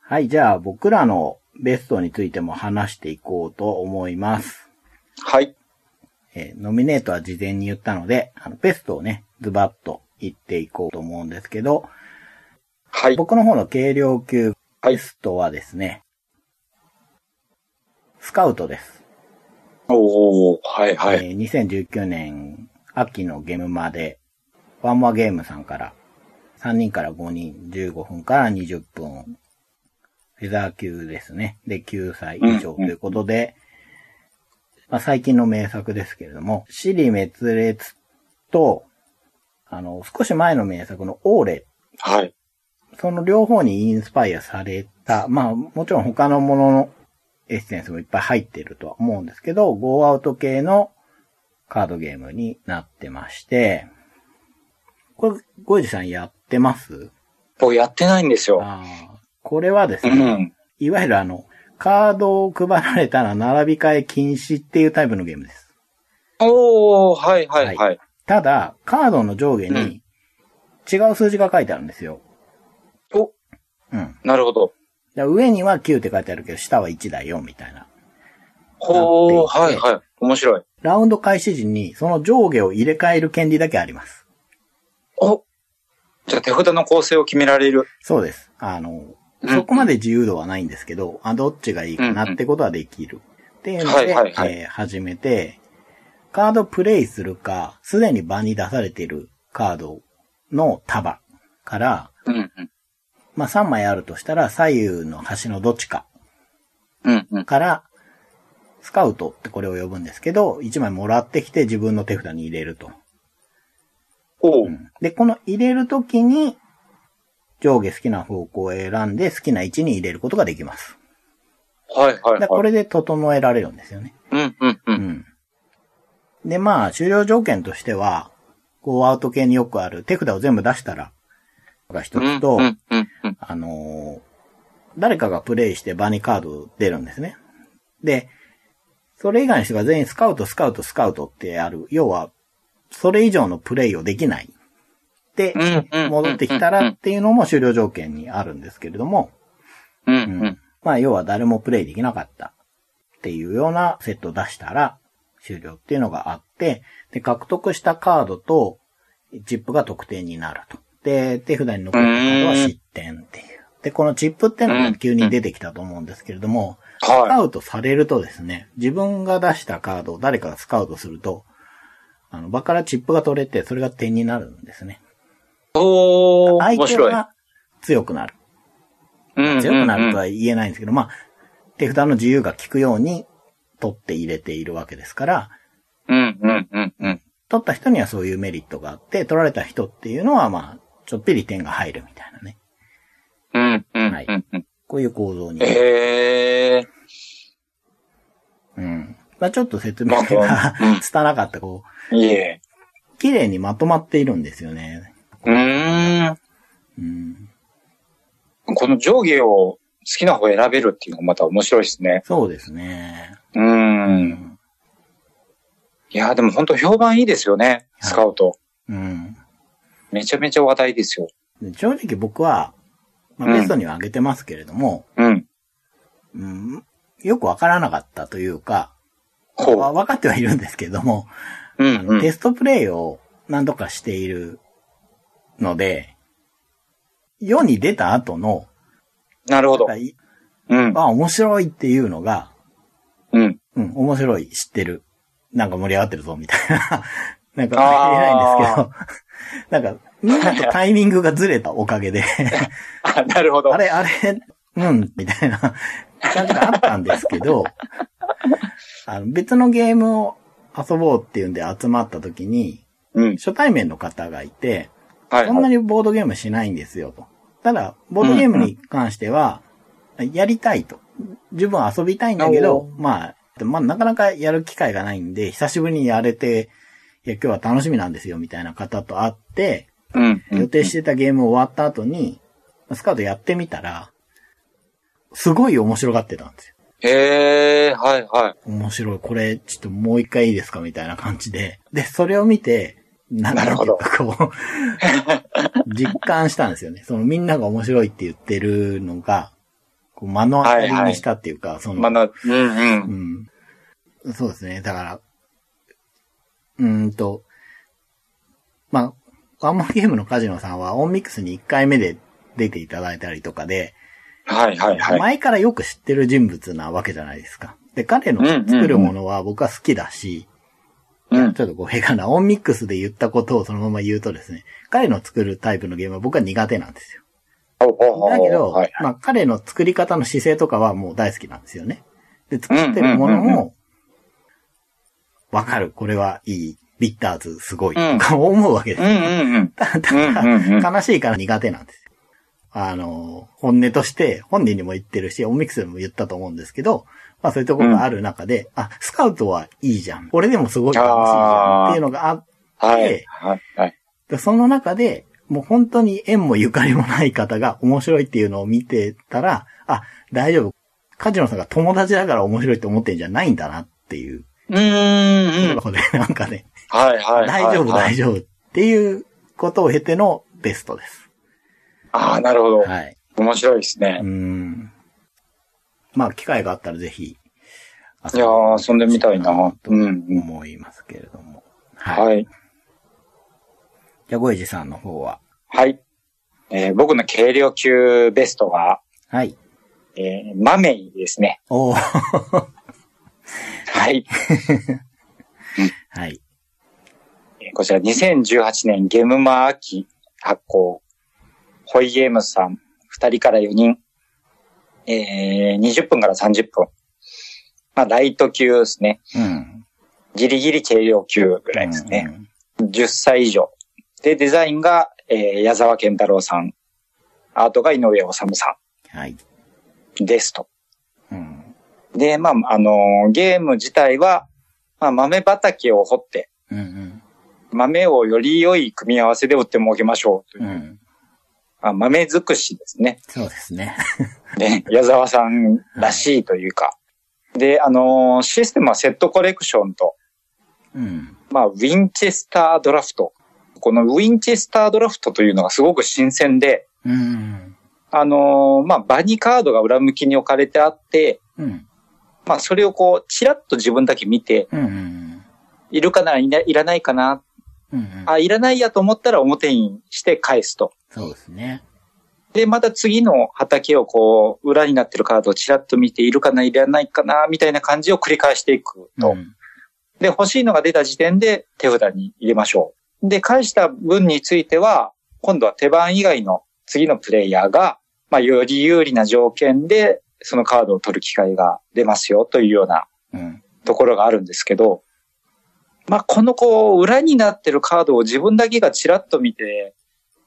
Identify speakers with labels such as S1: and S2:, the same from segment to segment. S1: はい、じゃあ僕らのベストについても話していこうと思います。
S2: はい。
S1: えーノミネートは事前に言ったので、あの、ベストをね、ズバッと言っていこうと思うんですけど、
S2: はい。
S1: 僕の方の軽量級
S2: は
S1: ベ
S2: い。
S1: ストはですね、スカウトです。
S2: おー、はい、はい。
S1: えー2019年秋のゲームまで、ワンマゲームさんから、3人から5人、15分から20分、フェザー級ですね。で、9歳以上
S2: う
S1: と
S2: んうん
S1: いうことで、まあ、最近の名作ですけれども、シリ滅裂と、あの、少し前の名作のオーレ
S2: はい。
S1: その両方にインスパイアされた、まあもちろん他のもののエッセンスもいっぱい入ってるとは思うんですけど、ゴーアウト系のカードゲームになってまして、これ、ゴイジさんやってます
S2: 僕やってないんですよ。
S1: ああ、これはです
S2: う
S1: ね、
S2: ん。
S1: いわゆるあの、カードを配られたら並び替え禁止っていうタイプのゲームです。
S2: おー、はい、はい、はい。
S1: ただ、カードの上下
S2: う
S1: に
S2: ん
S1: 違う数字が書いてあるんですよ。
S2: お、
S1: うん。
S2: なるほど。
S1: だから上には9って書いてあるけど、下は1だよ、みたいな。
S2: ほー、
S1: なっ
S2: は
S1: て
S2: い、
S1: いて
S2: はい。面白い。
S1: ラウンド開始時にその上下を入れ替える権利だけあります。
S2: お、じゃあ手札の構成を決められる。
S1: そうです。あの、
S2: うん
S1: そこまで自由度はないんですけど、あどっちがいいかなってことはできる。っていうので、
S2: はいはいはい
S1: えー始めて、カードプレイするか、すでに場に出されているカードの束から、
S2: うん、うん。
S1: まあ、3枚あるとしたら左右の端のどっちか
S2: うん、うん。
S1: から、スカウトってこれを呼ぶんですけど、1枚もらってきて自分の手札に入れると。
S2: お
S1: う
S2: ー、
S1: んで、この入れるときに、上下好きな方向を選んで、好きな位置に入れることができます。
S2: はい、はい、
S1: だこ
S2: はい。
S1: れで整えられるんですよね。
S2: うん、うん、う。
S1: うんん。で、まあ、終了条件としては、こう、アウト系によくある手札を全部出したら、が一つと、
S2: うん、うん、うん。
S1: あのー誰かがプレイして場にカード出るんですね。で、それ以外の人が全員スカウト、スカウト、スカウトってある。要は、それ以上のプレイをできない。で
S2: うんう、ん
S1: 戻ってきたらっていうのも終了条件にあるんですけれども、
S2: うん、
S1: う
S2: うんん。。
S1: まあ、要は誰もプレイできなかったっていうようなセットを出したら終了っていうのがあって、で、獲得したカードとチップが得点になると。で、手札に残ったカードは失点っていう。で、このチップっていうのが急に出てきたと思うんですけれども、ス
S2: は
S1: カウトされるとですね、自分が出したカードを誰かがスカウトすると、あの、場からチップが取れて、それが点になるんですね。
S2: い。おー、
S1: 相
S2: 面
S1: 手
S2: 白い。
S1: が強くなる。
S2: うん
S1: 強くなると
S2: うん
S1: は言えないんですけど、まあ、手札の自由が効くように取って入れているわけですから、
S2: うん、うん、うん、うん。
S1: 取った人にはそういうメリットがあって、取られた人っていうのは、まあ、ちょっぴり点が入るみたいなね。
S2: うん、うん、
S1: はいう
S2: うん。うん
S1: こういう構造に。
S2: えー。
S1: うん。まあ、ちょっと説明が
S2: まあうん、
S1: 拙なかった、こ
S2: いえ。
S1: う、綺麗にまとまっているんですよね。
S2: うーん。
S1: うん。
S2: この上下を好きな方を選べるっていうのがまた面白いですね。
S1: そうですね。
S2: う。
S1: うんん。
S2: いや、でも本当評判いいですよね、スカウト。
S1: うん。
S2: めちゃめちゃ話題ですよ。
S1: で正直僕は、まあ、
S2: うん
S1: ベストには挙げてますけれども、
S2: うん。
S1: うん、よくわからなかったというか、まあ
S2: ほ
S1: 分かってはいるんですけども、
S2: う。う
S1: あ
S2: ん、う
S1: のテ
S2: ん。
S1: ストプレイを何度かしているので、世に出た後の、
S2: なるほど。
S1: い
S2: うん。
S1: あ、面白いっていうのが、
S2: うん。
S1: うん、面白い、知ってる。なんか盛り上がってるぞ、みたいな。 なんか
S2: あー
S1: 言えないんですけど、 なんか、みんなとタイミングがずれたおかげ で、
S2: あ、なるほど。
S1: あれ、あれ、うん、みたいな感じがあったんですけ ど、あの別のゲームを遊ぼうっていうんで集まった時に、
S2: うん。
S1: 初対面の方がいて、
S2: はい。
S1: そんなにボードゲームしないんですよと。ただ、ボードゲームに関しては、やりたいと。十分遊びたいんだけど
S2: お、
S1: まあ、まあ、なかなかやる機会がないんで、久しぶりにやれて、いや、今日は楽しみなんですよ、みたいな方と会って、
S2: うん。うん
S1: 予定してたゲーム終わった後に、スカウトやってみたら、すごい面白がってたんですよ。
S2: へえ、はい、は
S1: 面白い。これ、ちょっともう一回いいですかみたいな感じで。で、それを見て、なんか
S2: なるほど
S1: こう、 実感したんですよね。そのみんなが面白いって言ってるのが、こう目の当たりにしたっていうか、その、
S2: まだ、うん
S1: う
S2: う。
S1: んん。そうですね。だから、うーんと、まあ、ワンマンゲームのカジノさんは、オンミックスに1回目で出ていただいたりとかで、
S2: はいはいはい。
S1: 前からよく知ってる人物なわけじゃないですか。で、彼の
S2: うんうんうん
S1: 作るものは僕は好きだし、
S2: うん。
S1: ちょっと語弊かな。オンミックスで言ったことをそのまま言うとですね、彼の作るタイプのゲームは僕は苦手なんですよ。
S2: ほうほうほう
S1: だけど、
S2: はい
S1: まあ彼の作り方の姿勢とかはもう大好きなんですよね。で、作ってるもの
S2: うんうんうん
S1: も、わかる、これはいい、ビッターズすごい、とか 思うわけです
S2: う
S1: よ。
S2: んうんうん。
S1: だか
S2: うんうんうん
S1: ら、悲しいから苦手なんですよ。あの、本音として、本人にも言ってるし、オミクスでも言ったと思うんですけど、まあそういうところがある中で、あ、スカウトはいいじゃん。俺でもすごい楽しいじゃん。っていうのがあっ
S2: はいはいはい。
S1: で、その中で、もう本当に縁もゆかりもない方が面白いっていうのを見てたら、あ、大丈夫。カジノさんが友達だから面白いって思ってんじゃないんだなっていう。
S2: うーんうん。
S1: これ なんかね、
S2: はいはいはい。
S1: 大丈夫大
S2: 丈
S1: 丈夫っていうことを経てのベストです。
S2: 夫。ああ、なるほど。
S1: はい。
S2: 面白いですね
S1: う。ん。まあ、機会があったらぜひ。
S2: いやー遊んでみたいな
S1: と
S2: うんうん
S1: 思いますけれども。はい。
S2: はい。
S1: じゃあ、ゴイジさんの方は。
S2: はい。えー僕の軽量級ベストが、
S1: はい。
S2: えーマメイですね。
S1: おー
S2: はい。
S1: はい。
S2: えーこちら2018年ゲームマー秋発行。ホイゲームズさん、2人から4人。えー20分から30分。まあ、ライト級ですね。
S1: うん。
S2: ギリギリ軽量級ぐらいです
S1: うん
S2: ね。
S1: うん
S2: 10歳以上。で、デザインが、えー矢沢健太郎さん。アートが井上治さ
S1: はい。
S2: んですと。
S1: うん。
S2: で、まあ、あのゲーム自体は、まあ、豆畑を掘って、
S1: うんうん。
S2: 豆をより良い組み合わせで売って儲けましょうというう、
S1: ん。
S2: まあ、豆尽くしですね。
S1: そうですね。
S2: で、 矢沢さんらしいというか。で、あのシステムはセットコレクションと、
S1: うん。
S2: まあ、ウィンチェスタードラフト。このウィンチェスタードラフトというのがすごく新鮮で、
S1: うん。
S2: あのまあ、場にカードが裏向きに置かれてあって、
S1: うん。
S2: まあ、それをこう、ちらっと自分だけ見て、
S1: うんうん。
S2: いるかな、いないらないかな
S1: うんうん。
S2: あ、いらないやと思ったら表にして返すと。
S1: そうですね。
S2: で、また次の畑をこう、裏になってるカードをちらっと見て、いるかな、いらないかな、みたいな感じを繰り返していくと。
S1: うん。
S2: で、欲しいのが出た時点で手札に入れましょう。で、返した分については、今度は手番以外の次のプレイヤーが、まあ、より有利な条件で、そのカードを取る機会が出ますよ、というような
S1: うん。
S2: ところがあるんですけど、まあ、このこう、裏になってるカードを自分だけがちらっと見て、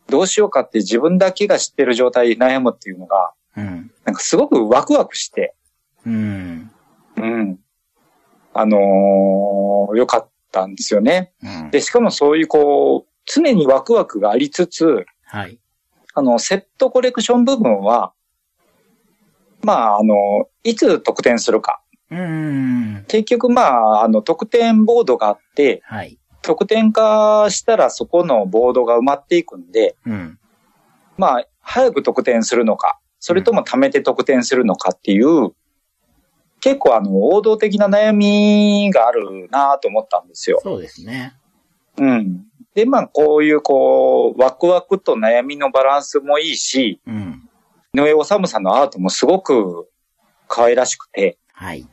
S2: どうしようかって自分だけが知ってる状態で悩むっていうのが、
S1: うん。
S2: なんかすごくワクワクして、
S1: うん。
S2: うん。あのー、良かったんですよね。
S1: うん。
S2: で、しかもそういうこう、常にワクワクがありつつ、
S1: はい。
S2: あの、セットコレクション部分は、まあ、あの、いつ得点するか。
S1: うん。
S2: 結局、まあ、あの、得点ボードがあって、
S1: はい。
S2: 得点化したらそこのボードが埋まっていくんで、
S1: うん。
S2: まあ、早く得点するのか、それとも貯めて得点するのかっていう、結構あの、王道的な悩みがあるなと思ったんですよ。
S1: そうですね。
S2: うん。で、まあ、こういうこう、ワクワクと悩みのバランスもいいし、
S1: うん。
S2: 井上治さんのアートもすごく可愛らしくて、
S1: はい。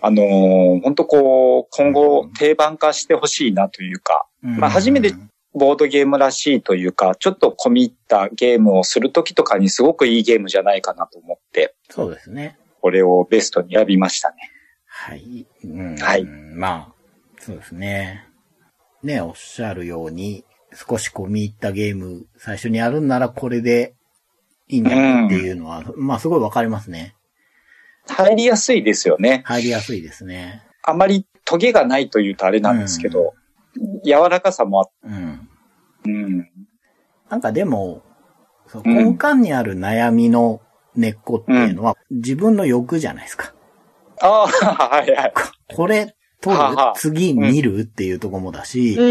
S2: あのー、本当こう、今後定番化してほしいなというか、
S1: うん
S2: まあ初めてボードゲームらしいというか、ちょっと込み入ったゲームをするときとかにすごくいいゲームじゃないかなと思って、
S1: そうですね。
S2: これをベストに選びましたね。
S1: はい。うん。
S2: はい
S1: まあ、そうですね。ね、おっしゃるように、少し込み入ったゲーム、最初にやるんならこれでいいんだよっていうのは、まあすごいわかりますね。
S2: 入りやすいですよね。
S1: 入りやすいですね。
S2: あまりトゲがないというとあれなんですけど、柔らかさもあっ
S1: うん。
S2: て、うん。
S1: なんかでも、そう
S2: うん
S1: 根幹にある悩みの根っこっていうのは、自分の欲じゃないですか。
S2: ああ、はいはい。
S1: これ取る
S2: はは
S1: 次見る、っていうとこもだし、
S2: うんうん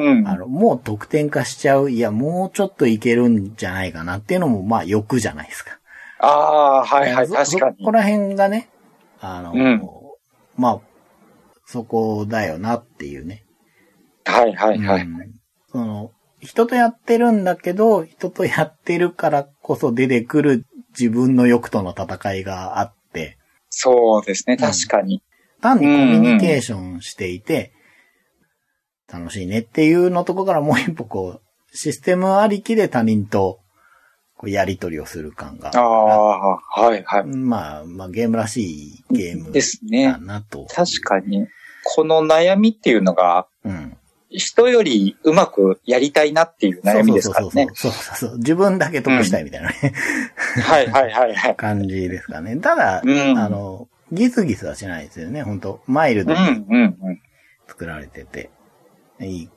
S2: うんうん。
S1: あの、もう得点化しちゃう、いや、もうちょっといけるんじゃないかなっていうのも、まあ欲じゃないですか。
S2: ああー、はいはい、
S1: そ
S2: 確かに
S1: そ。こら辺がね、あの、
S2: うん
S1: まあ、そこだよなっていうね。
S2: はいはいはい。
S1: うんその、人とやってるんだけど、人とやってるからこそ出てくる自分の欲との戦いがあって、
S2: そうですね、
S1: うん
S2: 確かに。
S1: 単にコミュニケーションしていて、楽しいねっていうのとこからもう一歩こう、システムありきで他人とこうやりとりをする感が
S2: ああ、はいはい。
S1: まあ、まあゲームらしいゲーム
S2: です
S1: だ
S2: ね。
S1: なと。
S2: 確かに。この悩みっていうのが、
S1: うん。
S2: 人よりうまくやりたいなっていう悩みですからね。
S1: そうそうそうそうそうそうそう。自分だけ得したいみたいなね、
S2: はいはいはいはい。
S1: 感じですかね。ただ、
S2: うん
S1: あの、ギスギスはしないですよね。本当マイル
S2: う
S1: ド
S2: ん
S1: に
S2: うんうん。
S1: 作られてて、いい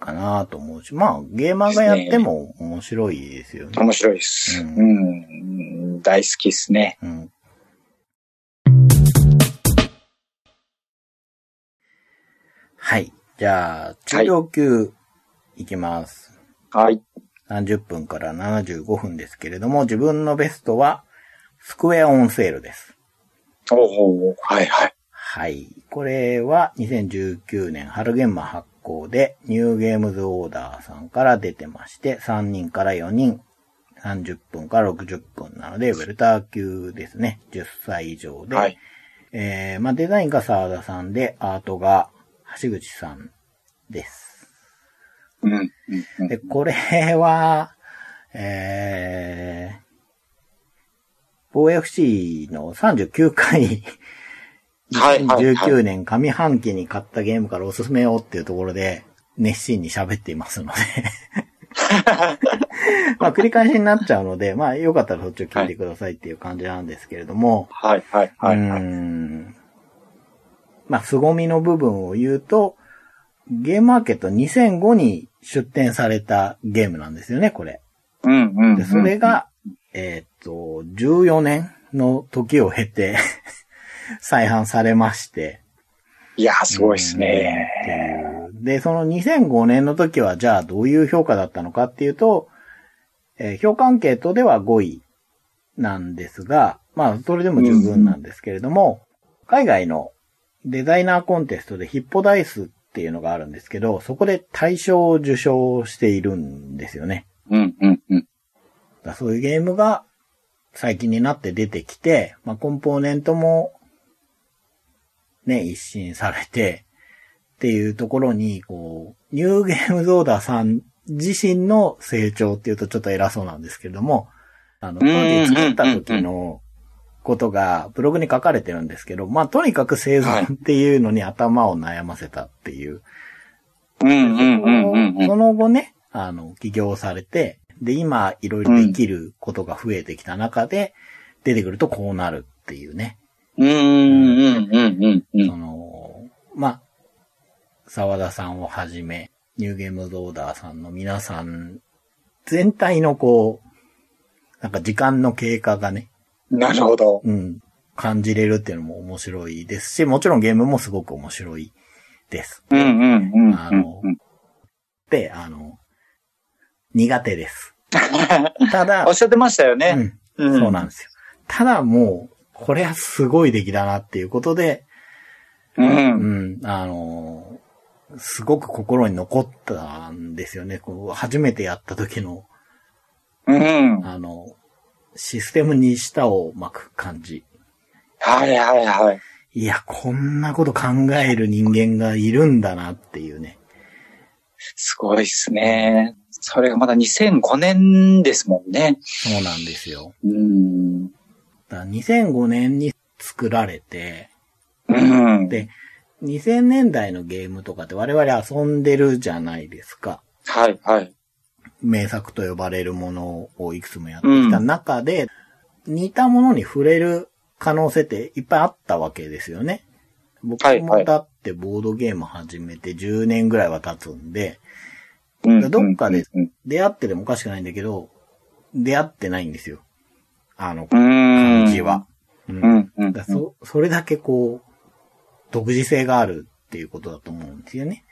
S1: かなと思うし、まあ、ゲーマーがやっても面白いですよね。
S2: 面白いです。
S1: う
S2: うんん。大好きですね。
S1: うん。はい。じゃあ、中量級いきます。
S2: はい。
S1: 30分から75分ですけれども、自分のベストは、スクエアオンセールです。
S2: おおはいはい。
S1: はい。これは2019年春ゲンマ発行で、ニューゲームズオーダーさんから出てまして、3人から4人、30分から60分なので、ウェルター級ですね。10歳以上で。
S2: はい。
S1: えー、まあデザインが沢田さんで、アートが橋口さんです。
S2: うんうんうん。
S1: で、これは、えー、防衛 FC の39回、
S2: はいはいはい
S1: 2019年上半期に買ったゲームからおすすめをっていうところで、熱心に喋っています ので。まあ、繰り返しになっちゃうので、まあ、よかったらそっちを聞いてくださいっていう感じなんですけれども、
S2: はいはいはいは
S1: うー
S2: い。
S1: んまあ、凄みの部分を言うと、ゲームマーケット2005に出展されたゲームなんですよね、これ。
S2: うんうんう
S1: で、
S2: ん。
S1: それが、えーっと、14年の時を経て、 再販されまして。
S2: いや、すごいですね。
S1: うんっていうで、その2005年の時は、じゃあどういう評価だったのかっていうと、えー評価アンケートでは5位なんですが、まあ、それでも十分なんですけれども、海外のデザイナーコンテストでヒッポダイスっていうのがあるんですけど、そこで大賞を受賞しているんですよね。
S2: うんうんう
S1: だ
S2: ん。
S1: からそういうゲームが最近になって出てきて、まあ、コンポーネントも、ね、一新されて、っていうところに、こう、ニューゲームズオーダーさん自身の成長っていうとちょっと偉そうなんですけれども、あの、当
S2: うん
S1: 時作った時のことがブログに書かれてるんですけど、まあ、とにかく生
S2: はい
S1: 存っていうのに頭を悩ませたっていう
S2: うんうんうんうんうん。
S1: その後ね、あの、起業されて、で、今、いろいろできることが増えてきた中で、出てくるとこうなるっていうね。
S2: うんうんうんうんうん。
S1: その、まあ、沢田さんをはじめ、ニューゲームズオーダーさんの皆さん、全体のこう、なんか時間の経過がね、
S2: なるほど。
S1: うん、感じれるっていうのも面白いですし、もちろんゲームもすごく面白いです。
S2: うんうんうんうんうん。
S1: あので、あの、苦手 です。ただ
S2: おっ、しゃってましたよ
S1: う
S2: ね。
S1: ん、
S2: うん
S1: そうなんですよ。ただもう、これはすごい出来だなっていうことで、
S2: う。
S1: うんん、あのーすごく心に残ったんですよね。こう初めてやった時の、
S2: うん。
S1: あの、システムに舌を巻く感じ。
S2: はいはいはい。
S1: いや、こんなこと考える人間がいるんだなっていうね。
S2: すごいっすね。それがまだ2005年ですもんね。
S1: そうなんですよ。
S2: うん。
S1: だから2005年に作られて、
S2: うん。
S1: で2000年代のゲームとかって我々遊んでるじゃないですか。
S2: はいはい。
S1: 名作と呼ばれるものをいくつもやってきた中で、似たものに触れる可能性っていっぱいあったわけですよね。僕
S2: はいは
S1: も
S2: い
S1: だってボードゲーム始めて10年ぐらいは経つんで、
S2: うん
S1: どっかで
S2: うん。
S1: 出会ってでもおかしくないんだけど、出会ってないんですよ。あの
S2: うん。
S1: 感じは。。うん
S2: うんうん。
S1: だそ、それだけこう、独自性があるっていうことだと思うんですよね。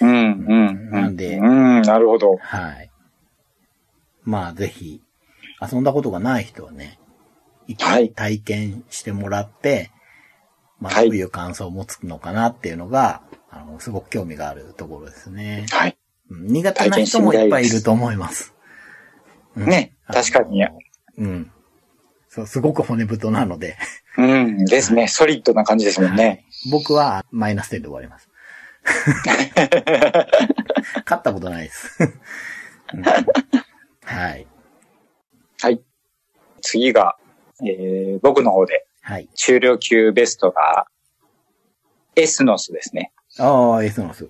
S2: うんうん。
S1: なんで
S2: うん、なるほど。
S1: はい。まあ、ぜひ、遊んだことがない人はね、一
S2: は
S1: 回
S2: い
S1: 体験してもらって、まあ、
S2: はい
S1: どういう感想を持つのかなっていうのが、あの、すごく興味があるところですね。
S2: はい。
S1: うん苦手な人もいっぱいいると思います。うん
S2: ね、確かに
S1: あ。のうん。そう、すごく骨太なので、
S2: うん、ですね。ソリッドな感じですもんね。
S1: 僕はマイナス点で終わり ます。勝ったことないです。うんはい。
S2: はい。次が、えー、僕の方で、
S1: はい。
S2: 終了級ベストが、エスノスですね。
S1: ああ、エスノス。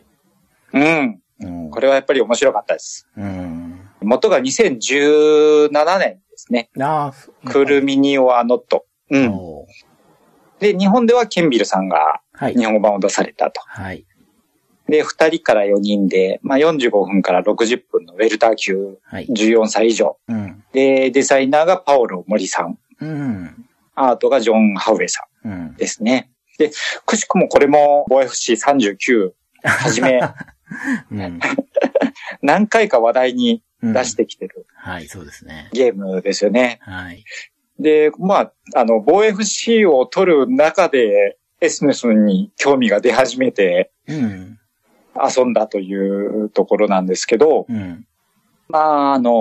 S2: うん。
S1: うん
S2: こ。れはやっぱり面白かったです。
S1: うん。
S2: 元が2017年ですね。
S1: ああ、
S2: クルミニオアノット。う。
S1: うん
S2: で、日本ではケンビルさんが
S1: はい
S2: 日。本語版を出されたと。
S1: はい。
S2: で、2人から4人で、まあ、45分から60分のウェルター級
S1: はい。
S2: 14歳以上。
S1: うん。
S2: で、デザイナーがパオロ・モリさん。
S1: うん。
S2: アートがジョン・ハウエさ
S1: うん
S2: ん。ですね。で、くしくもこれも OFC39 はじめ
S1: うん。
S2: 何回か話題に
S1: うん
S2: 出し。てきてる
S1: はい、そうですね。
S2: ゲームですよね。
S1: はい。
S2: で、まあ、あの、防 FC を取る中で、エスヌスに興味が出始めて
S1: うん。
S2: 遊んだというところなんですけど、
S1: うん。
S2: まあ、あの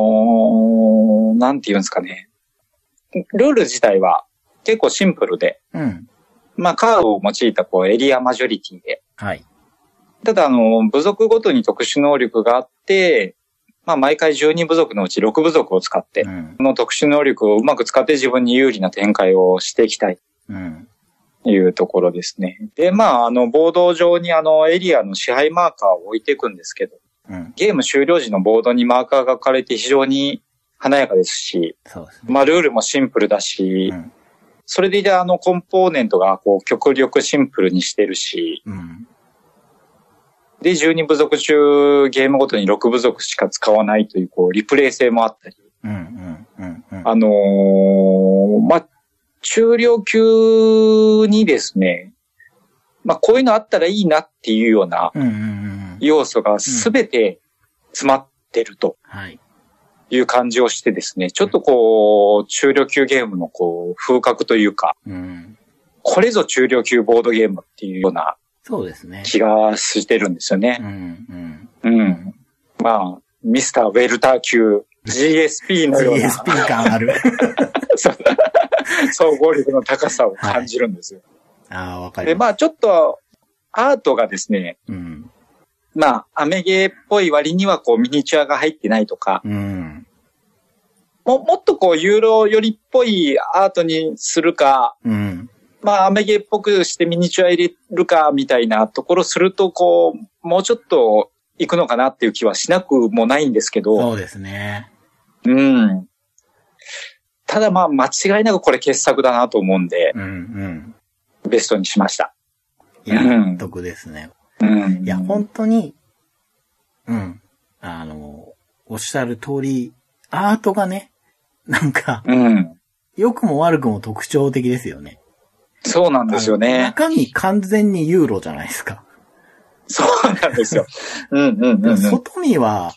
S2: ーなんて言うんですかね。ルール自体は結構シンプルで、
S1: うん。
S2: まあ、カードを用いたこうエリアマジョリティで、
S1: はい。
S2: ただ、あの、部族ごとに特殊能力があって、まあ、毎回12部族のうち6部族を使って、
S1: うん
S2: こ。の特殊能力をうまく使って自分に有利な展開をしていきたい。
S1: うん。
S2: いうところですね。で、まあ、あの、ボード上にあの、エリアの支配マーカーを置いていくんですけど、
S1: うん。
S2: ゲーム終了時のボードにマーカーが置かれて非常に華やかですし、
S1: そうですね。
S2: まあ、ルールもシンプルだし、
S1: うん
S2: それでいてあの、コンポーネントがこう、極力シンプルにしてるし、
S1: うん。
S2: で、12部族中、ゲームごとに6部族しか使わないという、こう、リプレイ性もあったり、
S1: うん。うん。うん。うん。
S2: あのーまあ、中量級にですね、まあ、こういうのあったらいいなっていうような
S1: うん。うん。
S2: 要素がすべて詰まってると
S1: はい。
S2: いう感じをしてですね、ちょっとこう、中量級ゲームのこう、風格というか、
S1: うん。
S2: これぞ中量級ボードゲームっていうような
S1: そうですね。
S2: 気がしてるんですよ
S1: う
S2: ね。
S1: ん。
S2: うん。まあ、ミスターウェルター級、GSP
S1: うん。
S2: のような
S1: GSP 感ある。
S2: そう総合力の高さを感じるんですよ。
S1: ああ、わかり
S2: で、
S1: ます。
S2: まあちょっと、アートがですね、
S1: うん。
S2: まあ、アメゲーっぽい割にはこうミニチュアが入ってないとか、
S1: うん。
S2: も、もっとこうユーロ寄りっぽいアートにするか、
S1: うん。
S2: まあアメゲーっぽくしてミニチュア入れるかみたいなところすると、こう、もうちょっと行くのかなっていう気はしなくもないんですけど、
S1: そうですね。
S2: うん。ただまあ間違いなくこれ傑作だなと思うんで、
S1: うん。うん。
S2: ベストにしました。
S1: いや、
S2: うん
S1: 納得ですね。
S2: うん。
S1: いや、本当に、うん。あの、おっしゃる通り、アートがね、なんか、
S2: うん。
S1: 良くも悪くも特徴的ですよね。
S2: そうなんですよ
S1: あの
S2: ね。
S1: 中身完全にユーロじゃないですか。
S2: そうなんですよ。うんうんうん、うん。
S1: 外見は、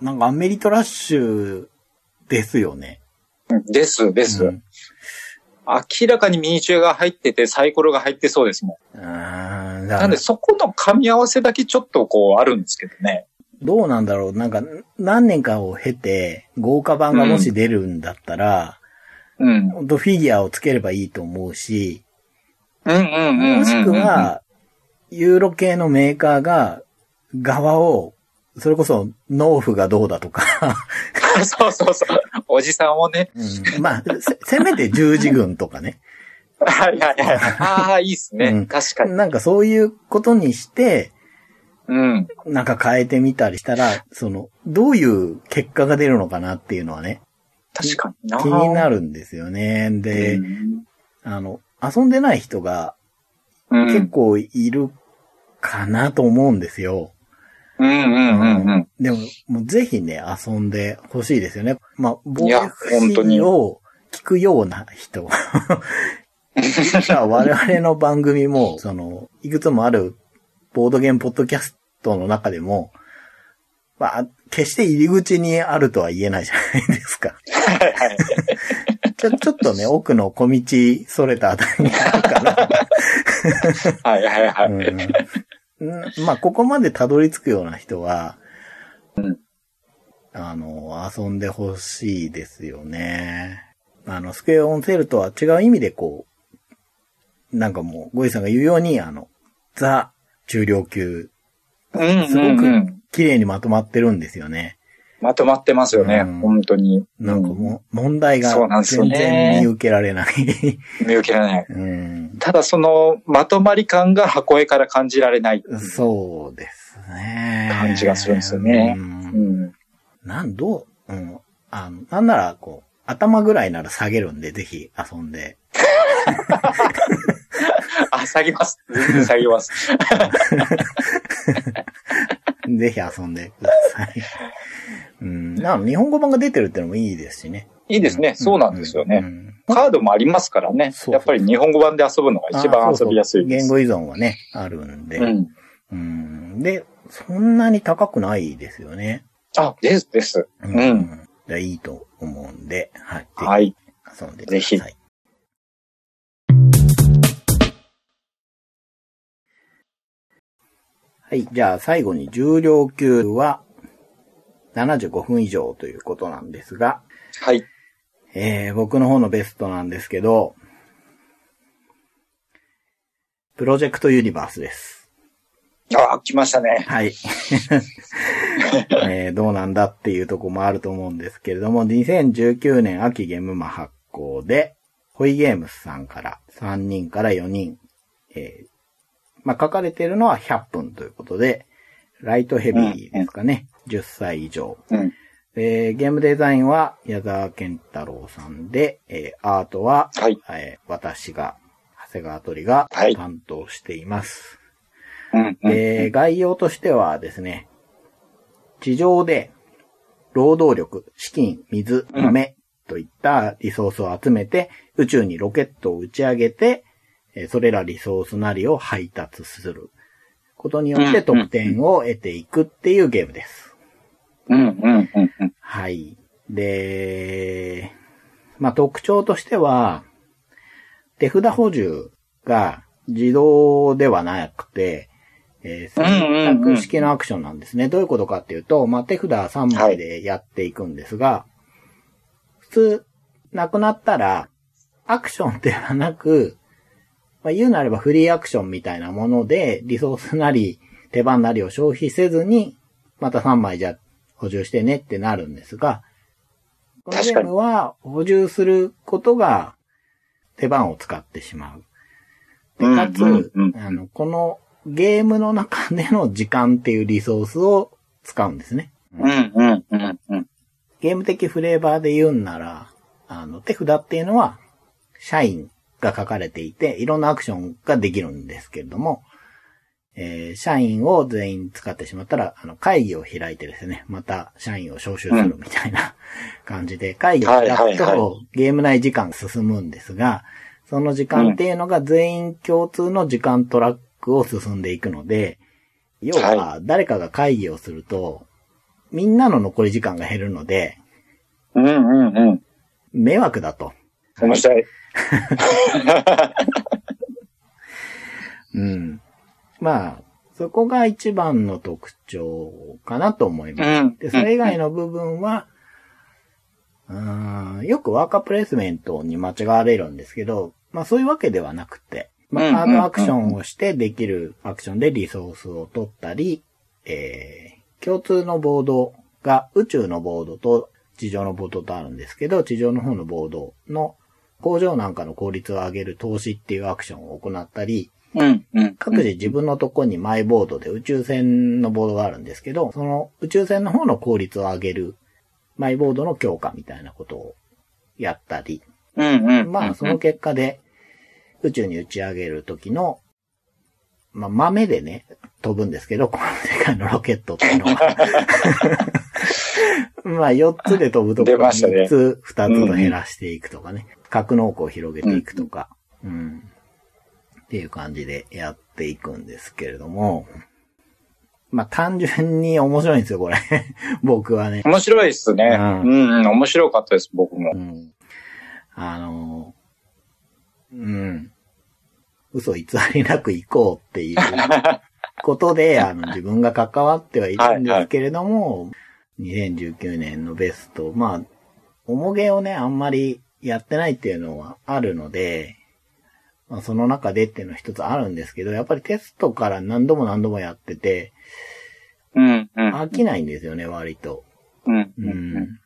S1: なんかアメリトラッシュですよね。
S2: です、です、
S1: うん
S2: 明らかにミニチュアが入ってて、サイコロが入ってそうですも
S1: うーん。
S2: ん。
S1: な
S2: なんで、そこの噛み合わせだけちょっとこうあるんですけどね。
S1: どうなんだろう。なんか、何年かを経て、豪華版がもし出るんだったら、
S2: うん。
S1: ほんとフィギュアをつければいいと思うし、
S2: うんうんうんうんうん。
S1: もしく、は、ユーロ系のメーカーが、側を、それこそ、農夫がどうだとか、
S2: そうそうそう。おじさんをね。
S1: うん まあ、せせめて十字軍とかね。
S2: はいはいはい。ああ、いいっすね。
S1: うん
S2: 確かに。
S1: なんかそういうことにして、
S2: うん。
S1: なんか変えてみたりしたら、その、どういう結果が出るのかなっていうのはね、
S2: 確かにな。
S1: 気になるんですよね。で
S2: う、ん
S1: あの、遊んでない人が
S2: うん
S1: 結構いるかなと思うんですよ。
S2: うんうんうんうん。
S1: でも、もうぜひね、遊んでほしいですよね。まあ、ボー
S2: いや
S1: イ
S2: 本当に
S1: を聞くような人。我々の番組も、その、いくつもあるボードゲームポッドキャストの中でも、まあ、決して入り口にあるとは言えないじゃないですか。
S2: はいはい
S1: ちょ、ちょっとね、奥の小道、それたあたりにあるから。
S2: はいはいはい。
S1: うんうん、まあ、ここまでたどり着くような人は、
S2: うん
S1: あの、遊んでほしいですよね。あの、スクエアオンセールとは違う意味でこう、なんかもう、ゴイさんが言うように、あの、ザ、重量級、
S2: うん
S1: すご
S2: うんうん
S1: く。綺麗にまとまってるんですよね。
S2: まとまってますよね、
S1: うん
S2: 本当に。
S1: なんかもう、問題が
S2: そうなんですよ
S1: 全
S2: ね
S1: 然見受けられ ない。
S2: うん見受けられない。
S1: うん、
S2: ただその、まとまり感が箱絵から感じられない。
S1: そうですね。
S2: 感じがするんですよね
S1: うん
S2: うん。
S1: なん、どう、うん。あの、なんなら、こう、頭ぐらいなら下げるんで、ぜひ遊んで。
S2: あ、下げます。全然下げ ます。
S1: ぜひ遊んでください。 うん。なんか日本語版が出てるってのもいいですしね。
S2: いいですね。そうなんですよ
S1: う
S2: ね。
S1: ん
S2: カードもありますからね。
S1: そうそう
S2: やっぱり日本語版で遊ぶのが一
S1: あー
S2: 番
S1: そう
S2: 遊
S1: そう
S2: びやすいで
S1: 言
S2: す。
S1: 語依存はね、あるんで。
S2: うん。
S1: うんで、そんなに高くないですよね。
S2: あ、ですです。
S1: う
S2: うん
S1: だからいいと思うんで、はい。ぜひ
S2: はい。
S1: 遊んでくだ
S2: ぜひ
S1: さい。はい。じゃあ最後に重量級は75分以上ということなんですが、
S2: はい。
S1: えー、僕の方のベストなんですけど、プロジェクトユニバースです。
S2: あ、来ましたね。
S1: はい。 えーどうなんだっていうとこもあると思うんですけれども、2019年秋ゲームマ発行で、ホイゲームスさんから3人から4人、えーまあ、書かれているのは100分ということで、ライトヘビーですかね。10歳以上。
S2: うん。
S1: えーゲームデザインは矢沢健太郎さんで、えーアートは、
S2: はい。
S1: えー私が、長谷川鳥が
S2: はい
S1: 担当しています。
S2: うん。うん
S1: えー概要としてはですね、地上で労働力、資金、水、
S2: うん
S1: 豆といったリソースを集めて、宇宙にロケットを打ち上げて、えーそれらリソースなりを配達することによって
S2: うんうん
S1: 得点を得ていくっていうゲームです。
S2: うん。うん。うん。うん
S1: はい。で、まあ、特徴としては、手札補充が自動ではなくて、えー選択式のアクションなんですね。どういうことかっていうと、まあ、手札3枚でやっていくんですが、普通、なくなったら、アクションではなく、まあ、言うなればフリーアクションみたいなもので、リソースなり、手番なりを消費せずに、また3枚じゃ補充してねってなるんですが、この
S2: 確
S1: ゲ
S2: か
S1: ー
S2: に
S1: ムは補充することが手番を使ってしまう。で
S2: うん
S1: かつ、
S2: うんうん
S1: あの、このゲームの中での時間っていうリソースを使うんですね。
S2: うん。うん。うん。うん。
S1: ゲーム的フレーバーで言うんなら、あの、手札っていうのは、社員が書かれていて、いろんなアクションができるんですけれども、えー社員を全員使ってしまったら、あの、会議を開いてですね、また社員を招集するみたいな感じで、会議を開
S2: はい
S1: く
S2: はい
S1: とゲーム内時間進むんですが、その時間っていうのが全員共通の時間トラックを進んでいくので、要
S2: は
S1: は、誰かが会議をすると、みんなの残り時間が減るので、
S2: うん。うん。うん。
S1: 迷惑だと。
S2: 面白い。
S1: うん。まあ、そこが一番の特徴かなと思いうます。
S2: ん。
S1: で、それ以外の部分は、うーん、よくワーカープレイスメントに間違われるんですけど、まあそういうわけではなくて、まあカ
S2: う
S1: ー
S2: んうんうん
S1: ドアクションをしてできるアクションでリソースを取ったり、えー、共通のボードが宇宙のボードと地上のボードとあるんですけど、地上の方のボードの工場なんかの効率を上げる投資っていうアクションを行ったり、
S2: うん。うん。
S1: 各自自分のとこにマイボードで宇宙船のボードがあるんですけど、その宇宙船の方の効率を上げるマイボードの強化みたいなことをやったり、
S2: うん。うん。
S1: まあその結果で宇宙に打ち上げる時の、まあ豆でね、飛ぶんですけど、この世界のロケットっていうの は。まあ4つで飛ぶとこ
S2: 出
S1: ろ
S2: ましたね
S1: 3つ、2つと減らしていくとかね、格納庫を広げていくとか、うん。っていう感じでやっていくんですけれども、まあ単純に面白いんですよ、これ。 僕はね。
S2: 面白いですね。
S1: う
S2: うんん。うん。面白かったです、僕も
S1: う。んあの、うん。嘘偽りなく行こうっていうことで、あの、自分が関わってはいるんですけれども、2019年のベスト、まあ、重げをね、あんまりやってないっていうのはあるので、まあ、その中でっていうのは一つあるんですけど、やっぱりテストから何度も何度もやってて、
S2: うん、うん。
S1: 飽きないんですよね、割と。
S2: うん、
S1: う
S2: うん。
S1: ん。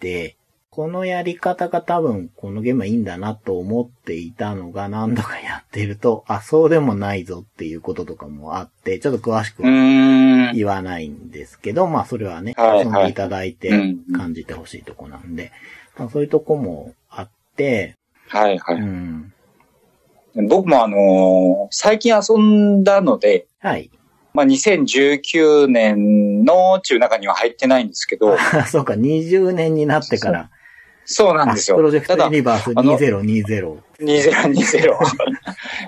S1: で、このやり方が多分このゲームはいいんだなと思っていたのが何度かやってると、 あ、そうでもないぞっていうこととかもあって、ちょっと詳しく
S2: う
S1: は
S2: ん。
S1: 言わないんですけど、まあそれはね、
S2: はいはい
S1: 遊んでいただいて感じてほしいとこなんで、まあ、そういうとこもあって、
S2: はい、は
S1: う
S2: い。
S1: ん。
S2: 僕もあのー最近遊んだので、
S1: はい。
S2: まあ、2019年の中中には入ってないんですけど、
S1: そうか、20年になってから、
S2: そうなん
S1: あ
S2: ですよ。
S1: プロジェク
S2: た
S1: ト
S2: だ
S1: ユ、ニバース
S2: あの
S1: 2020。
S2: 2020。や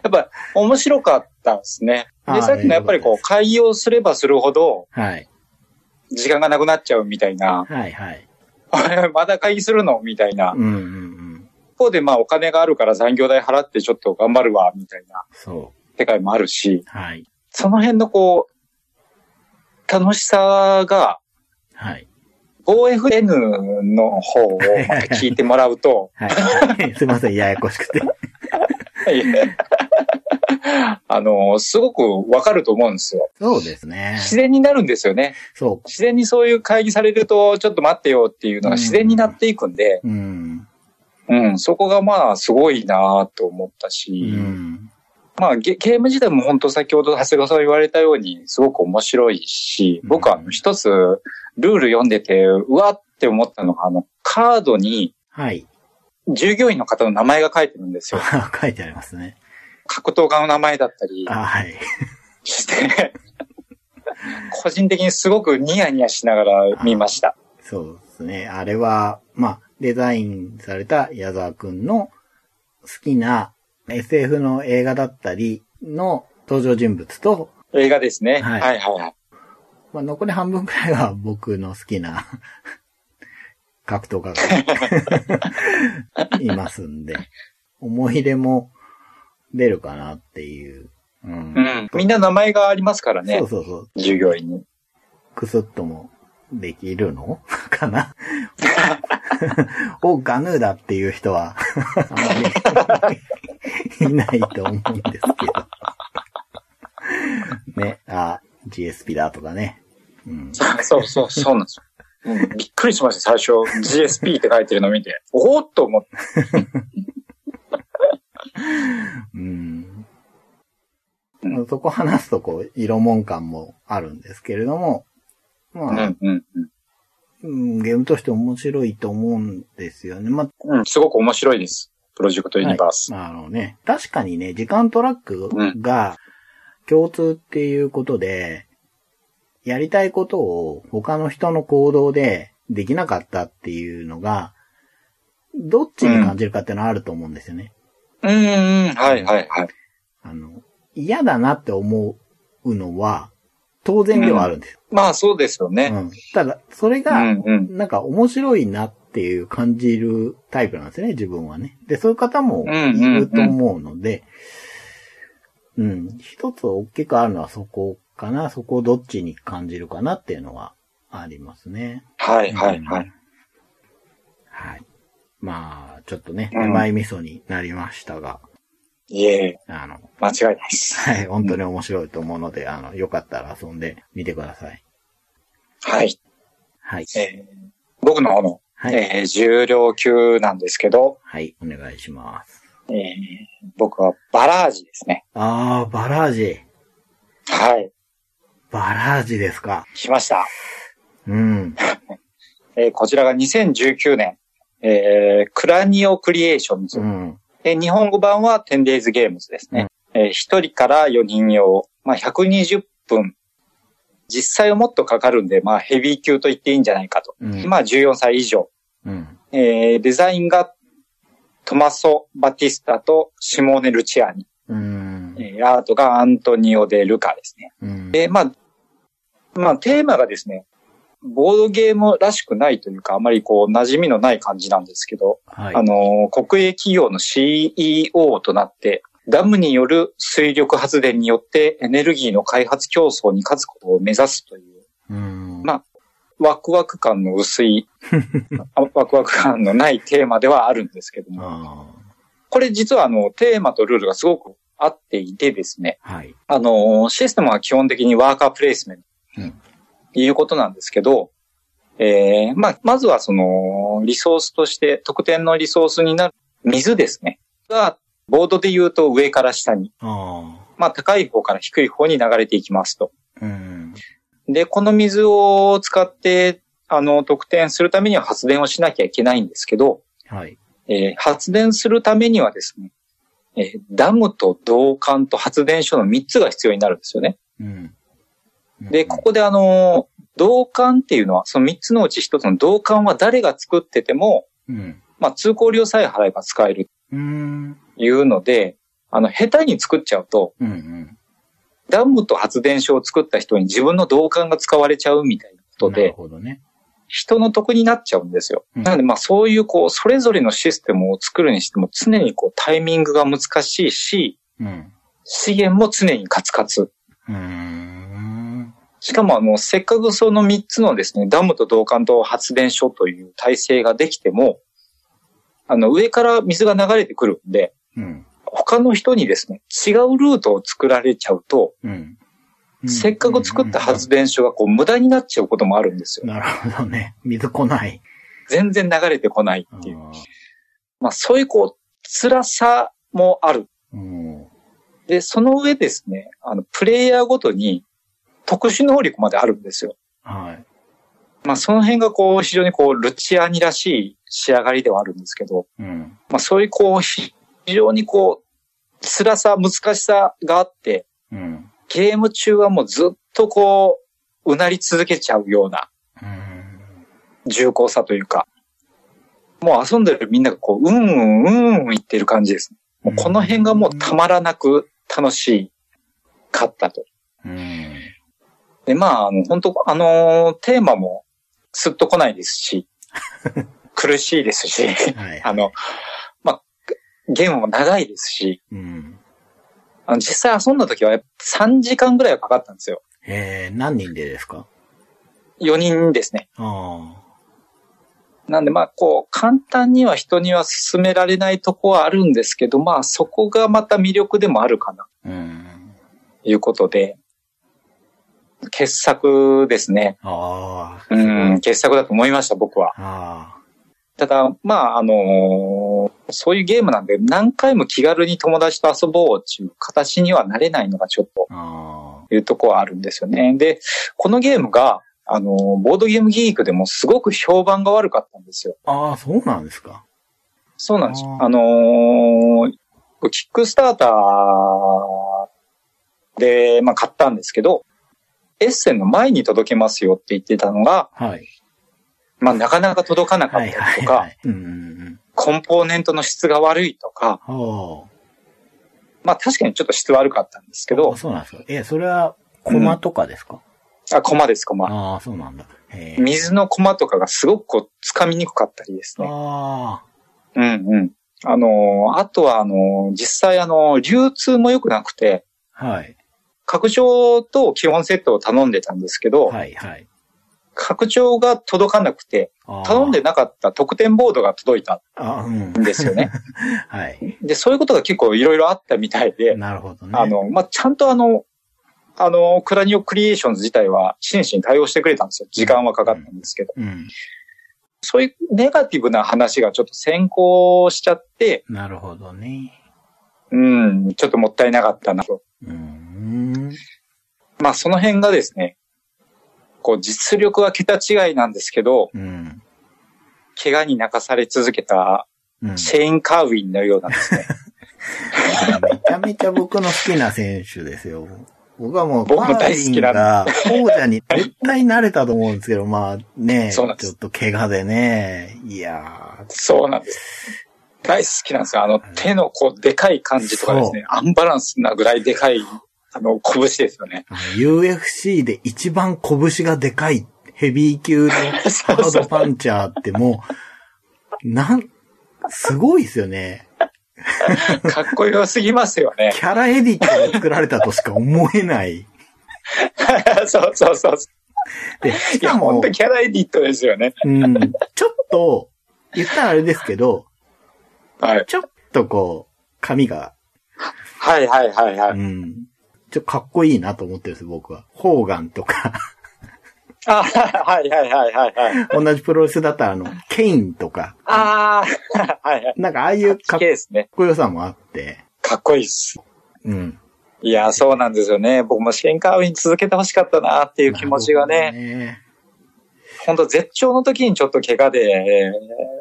S2: っぱ、面白かったですね。
S1: あー
S2: で、さっきのやっぱりこ
S1: よ
S2: う、開用すればするほど、
S1: はい。
S2: 時間がなくなっちゃうみたいな、
S1: はいはい。
S2: まだ会議するのみたいな。
S1: うんうんうん。
S2: 一方で、まあ、お金があるから残業代払ってちょっと頑張るわ、みたいな
S1: そ
S2: 世界もあるし、
S1: う。はい。
S2: その辺のこう、楽しさが、
S1: はい。、
S2: 5FN の方をまた聞いてもらうと
S1: はい。 すいません、ややこしくて。
S2: いえあの、すごくわかると思うんですよ。
S1: そうですね。
S2: 自然になるんですよね。
S1: そ
S2: 自然にそういう会議されると、ちょっと待ってよっていうのが自然になっていくんで、
S1: う。うん。
S2: うん、そこがまあすごいなと思った
S1: う
S2: し、
S1: ん。
S2: まあゲゲーム自体も本当先ほど長谷川さん言われたようにすごく面白いし、僕はあ
S1: うん
S2: の一つルール読んでて、うわって思ったのが、あのカードに
S1: はい。
S2: 従業員の方の名前が書いてるんですよ。
S1: 書いてありますね。
S2: 格闘家の名前だったり
S1: あはい。
S2: して、 個人的にすごくニヤニヤしながら見ました。
S1: そうですね。あれは、まあ、デザインされた矢沢くんの好きな SF の映画だったりの登場人物と、
S2: 映画ですね。
S1: はい
S2: はいはいはい。
S1: まあ、残り半分くらいは僕の好きな 格闘家が いますんで、思い入れも出るかなっていう。うん
S2: うん。みんな名前がありますからね
S1: そう。そうそう。
S2: 従業員に。
S1: くすっともできるの かなをガヌーだっていう人は、 あまり いないと思うんですけど。ね、あ、GSP だとかね。うん、
S2: そうそう、そうなんですよ。うん、 びっくりしました、最初。GSP って書いてるの見て。おおっと思って。
S1: うん
S2: うん
S1: そこ話すとこう、色もん感もあるんですけれども、
S2: う
S1: まあ、
S2: ん、うん、
S1: うんゲームとして面白いと思うんですよね。まあ、
S2: うん。うん、すごく面白いです。プロジェクトユニバース。
S1: あのね、確かにね、時間トラックが共通っていうことで、やりたいことを他の人の行動でできなかったっていうのが、どっちに感じるかっていうのはあると思うんですよね。
S2: うん、うん、はい、はい、はい。
S1: あの、嫌だなって思うのは、当然ではあるんですよ。
S2: まあ、そうですよね。
S1: うんただ、それ
S2: う
S1: が、
S2: ん、うん。
S1: なんか面白いなっていう感じるタイプなんですね、自分はね。で、そういう方も
S2: うんうん
S1: いると思うので、うん、一つ大きくあるのはそこかな、そこをどっちに感じるかなっていうのはありますね。
S2: はい、はい、はい。
S1: はい。まあ、ちょっとね、
S2: うん
S1: 手前味噌になりましたが、
S2: いえ、
S1: あの、
S2: 間違いないです。
S1: はい、本当に面白いと思うので、あの、よかったら遊んでみてください。
S2: はい。
S1: はい。
S2: えー僕の方の、
S1: はい。
S2: えー重量級なんですけど、
S1: はい、お願いします。
S2: えー僕はバラージですね。
S1: あー、バラージ。
S2: はい。
S1: バラージですか。
S2: 来ました。
S1: うん。
S2: えーこちらが2019年、えークラニオクリエーションズ
S1: う。ん。
S2: えー日本語版は 10days games ですね。えー1人から4人用、まあ、120分。実際はもっとかかるんで、まあ、ヘビー級と言っていいんじゃないかと。
S1: うん。
S2: まあ、14歳以上。
S1: うん。
S2: えーデザインがトマソ・バティスタとシモーネ・ルチアニ。
S1: うん。
S2: えーアートがアントニオ・デ・ルカですね。
S1: うん。
S2: で、まあ、まあ、テーマがですね、ボードゲームらしくないというか、あまりこう、馴染みのない感じなんですけど、
S1: はい
S2: あ。の、国営企業の CEO となって、ダムによる水力発電によってエネルギーの開発競争に勝つことを目指すという、
S1: うん。
S2: まワクワク感の薄 い、あワクワク感のないテーマではあるんですけども、
S1: あ
S2: これ実はあの、テーマとルールがすごく合っていてですね、
S1: ーはい。
S2: あの、システムは基本的にワーカープレイスメント
S1: うん
S2: ということなんですけど、えーまあ、まずはその、リソースとして、特典のリソースになる水ですね。が、ボードで言うと上から下に、
S1: あ
S2: まあ、高い方から低い方に流れていきますと。
S1: あ。うん。
S2: で、この水を使って、あの、得点するためには発電をしなきゃいけないんですけど、
S1: はい。
S2: えー発電するためにはですね、えーダムと導管と発電所の3つが必要になるんですよね。
S1: うん。
S2: で、ここであの、同感っていうのは、その3つのうち1つの同感は誰が作ってても、
S1: うん。
S2: まあ通行料さえ払えば使える
S1: うん。
S2: というので、あの、下手に作っちゃうと、
S1: うん。うん。
S2: ダムと発電所を作った人に自分の同感が使われちゃうみたいなこと
S1: なる
S2: で、
S1: ほどね。
S2: 人の得になっちゃうんですよ。
S1: うん
S2: なのでまあそういうこう、それぞれのシステムを作るにしても常にこうタイミングが難しいし、
S1: うん。
S2: 資源も常にカツカツ。
S1: うーん。
S2: しかもあの、せっかくその3つのですね、ダムと導管と発電所という体制ができても、あの、上から水が流れてくるんで、
S1: うん。
S2: 他の人にですね、違うルートを作られちゃうと、
S1: うん。うん
S2: せっかく作った発電所がこう無駄になっちゃうこともあるんですよ。
S1: なるほどね。水来ない。
S2: 全然流れてこないっていう。
S1: あー
S2: まあそういうこう、辛さもある。
S1: うん。
S2: で、その上ですね、あの、プレイヤーごとに特殊能力まであるんですよ。
S1: はい。
S2: まあその辺がこう、非常にこう、ルチアニらしい仕上がりではあるんですけど、
S1: うん。
S2: まあ、そういうこう、非非常にこう、辛さ、難しさがあって、
S1: うん。
S2: ゲーム中はもうずっとこう、うなり続けちゃうような
S1: うん。
S2: 重厚さというか、もう遊んでるみんながこう、うんうんうんうん言ってる感じですね。もうこの辺がもうたまらなく楽しかったと。
S1: うん。
S2: で、まあ、あの、本当あのーテーマもすっと来ないですし、苦しいですし、
S1: はい。
S2: あの、まあ、ゲームも長いですし、
S1: うん。
S2: あの、実際遊んだ時はやっぱ3時間ぐらいはかかったんですよ。
S1: えー、何人でですか
S2: 4人ですね。
S1: あ
S2: なんでまあ、こう、簡単には人には進められないとこはあるんですけど、まあ、そこがまた魅力でもあるかな、
S1: あ。うん。
S2: ということで、傑作ですね。
S1: ああ。
S2: うん、傑作だと思いました、僕は。
S1: あ
S2: ただ、まあ、あのーそういうゲームなんで、何回も気軽に友達と遊ぼうっていう形にはなれないのがちょっと、
S1: あ。あ
S2: いうとこはあるんですよね。で、このゲームが、あの、ボードゲームギークでもすごく評判が悪かったんですよ。
S1: あ。ああ、そうなんですか。
S2: そうなんですよ。
S1: あー
S2: あのーキックスターターで、まあ、買ったんですけど、エッセンの前に届けますよって言ってたのが、
S1: はい。
S2: まあ、なかなか届かなか
S1: は
S2: っ
S1: い
S2: た
S1: は
S2: り
S1: い
S2: とか、
S1: はい。うんうんうん。
S2: コンポーネントの質が悪いとか、
S1: は
S2: まあ、確かにちょっと質悪かったんですけ
S1: あ。
S2: ど
S1: あ、そうなんですか。え、それは、コマとかですか、
S2: あ、コマです、コマ。
S1: ああ、そうなんだ。へえ。
S2: 水のコマとかがすごくこう、掴みにくかったりですね。
S1: あ
S2: うんうん。あのー、あとは、あのー、実際、あのー、流通も良くなくて、
S1: あ。はい。
S2: 拡張と基本セットを頼んでたんですけど、
S1: はいはい。
S2: 拡張が届かなくて、
S1: ああ
S2: 頼んでなかった特典ボードが届いた
S1: あうん
S2: ん。です よね。
S1: はい。
S2: で、そういうことが結構いろいろあったみたいで、
S1: なるほどね。
S2: あ、の、まあ、ちゃんとあの、あの、クラニオクリエーションズ自体は真摯に対応してくれたんですよ。時間はかかったんですけど。
S1: うん。
S2: そういうネガティブな話がちょっと先行しちゃって、
S1: なるほどね。
S2: うん、ちょっともったいなかったなと。
S1: うーん。
S2: まあその辺がですね、こう実力は桁違いなんですけど、
S1: うん。
S2: 怪我に泣かされ続けた
S1: うん。
S2: シェイン・カーウィンのようなです ね。
S1: めちゃめちゃ僕の好きな選手ですよ。僕はもう、
S2: 僕も大好きなん
S1: バーリンが、王者に絶対なれたと思うんですけど、まあね、ち
S2: そう
S1: ょ
S2: なんです
S1: っと怪我でね、いや
S2: そうなんです。大好きなんですよ。あの手のこうでかい感じとかですね、アンバランスなぐらいでかい、あの、拳ですよね。
S1: ー、UFC で一番拳がでかい、ヘビー級のハードパンチャーってもう、なん、すごいですよね。
S2: かっこよすぎますよね。
S1: キャラエディットが作られたとしか思えない。
S2: そうそうそう。
S1: で、し
S2: いや、
S1: か
S2: ほん
S1: も
S2: と、キャラエディットですよね。
S1: うん、ちょっと、言ったらあれですけど、
S2: はい。
S1: ちょっとこう、髪が、
S2: はいはいはいは
S1: う
S2: い。
S1: ん、ちょっとかっこいいなと思ってるんです、僕は。ホーガンとか、
S2: あ、はいはいはいはいはい。
S1: 同じプロレスだったらあの、ケインとか、
S2: ああ、 はいはい。
S1: なんかああい
S2: いうう
S1: かっ
S2: ですね。
S1: こよさもあって、
S2: かっこいいです。
S1: うん。
S2: いや、そうなんですよね。僕も試験カーウィン続けてほしかったなっていう気持ちが
S1: なるほ
S2: ね、
S1: どね。
S2: 本当絶頂の時にちょっと怪我で、えー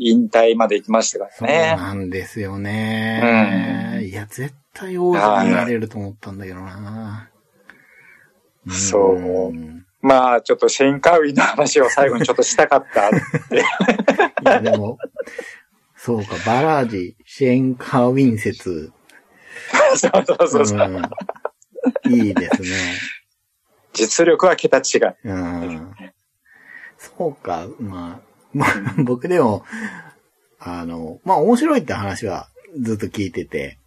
S2: 引退まで行きましたか
S1: そう
S2: らね。
S1: なんですよね。
S2: うん
S1: いや、絶対王者になれると思ったんだけどな。ん
S2: そう
S1: い
S2: まあ、ちょっとシェイン・カーウィンの話を最後にちょっとしたかった。
S1: や、でも、そうか、バラージ、シェンカーウィン説。
S2: そうそうそうそう、
S1: うんいいですね。
S2: 実力は桁違い。
S1: うん。そうか、まあ、まあ、僕でも、あの、まあ面白いって話はずっと聞いてて、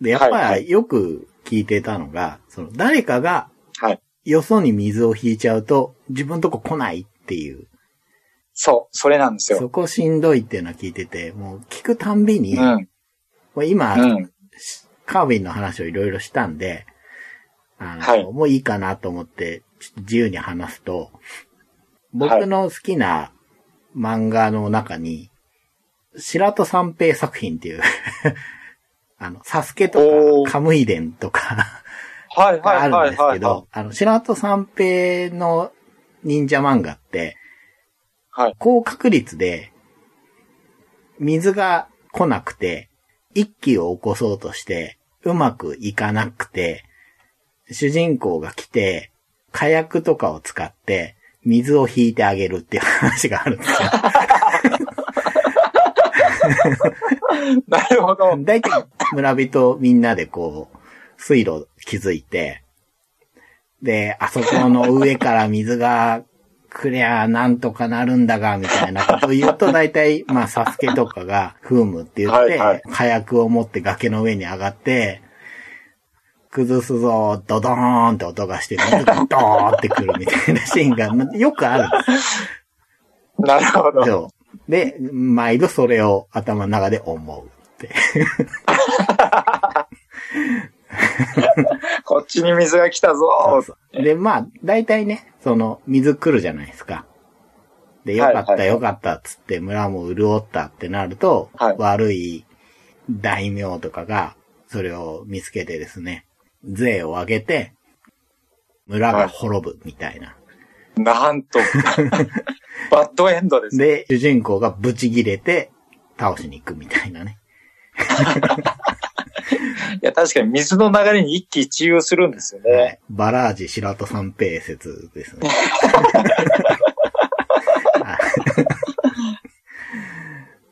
S1: で、やっ
S2: はい
S1: ぱ
S2: は
S1: りよく聞いてたのが、その誰かが
S2: はい。
S1: よそに水を引いちゃうと自分のとこ来ないっていう、
S2: そう、それなんですよ。
S1: そこしんどいっていうのは聞いてて、もう聞くたんびに、
S2: う
S1: ま
S2: ん。
S1: あ今、
S2: うん。
S1: カービンの話をいろいろしたんで、あの、
S2: はい
S1: もういいかなと思って、ちょっと自由に話すと、僕の好きな漫画の中に、白戸三平作品っていう、 あの、サスケと
S2: おー
S1: か、カムイ伝とか
S2: はいは
S1: あ
S2: い
S1: る
S2: は
S1: ん
S2: い
S1: です
S2: は
S1: け
S2: い。は
S1: ど、あの、白戸三平の忍者漫画って、
S2: はい
S1: 高確率で、水が来なくて、一気を起こそうとして、うまくいかなくて、主人公が来て、火薬とかを使って、水を引いてあげるっていう話があるんですよ。
S2: い。なるほど。
S1: 大体村人みんなでこう、水路築いて、で、あそこの上から水が来りゃなんとかなるんだが、みたいなことを言うと大体、まあ、サスケとかが、フームって言って、
S2: はいはい
S1: 火薬を持って崖の上に上がって、崩すぞ、ドドーンって音がして、水がドーンってくるみたいなシーンがよくあるんですよ
S2: なるほど。
S1: そう。で、毎度それを頭の中で思うって。
S2: こっちに水が来たぞ。
S1: で、まあ、大体ね、その、水来るじゃないですか。で、よかっ
S2: はいは
S1: た、
S2: い
S1: よかった、つって村も潤ったってなると、
S2: はい
S1: 悪い大名とかが、それを見つけてですね、税を上げて、村が滅ぶ、みたいな。
S2: なん と。バッドエンドです。
S1: で、主人公がブチギレて、倒しに行くみたいなね。
S2: いや、確かに水の流れに一喜一憂するんですよ
S1: は
S2: ね。
S1: いバラージ白戸三平説です ね。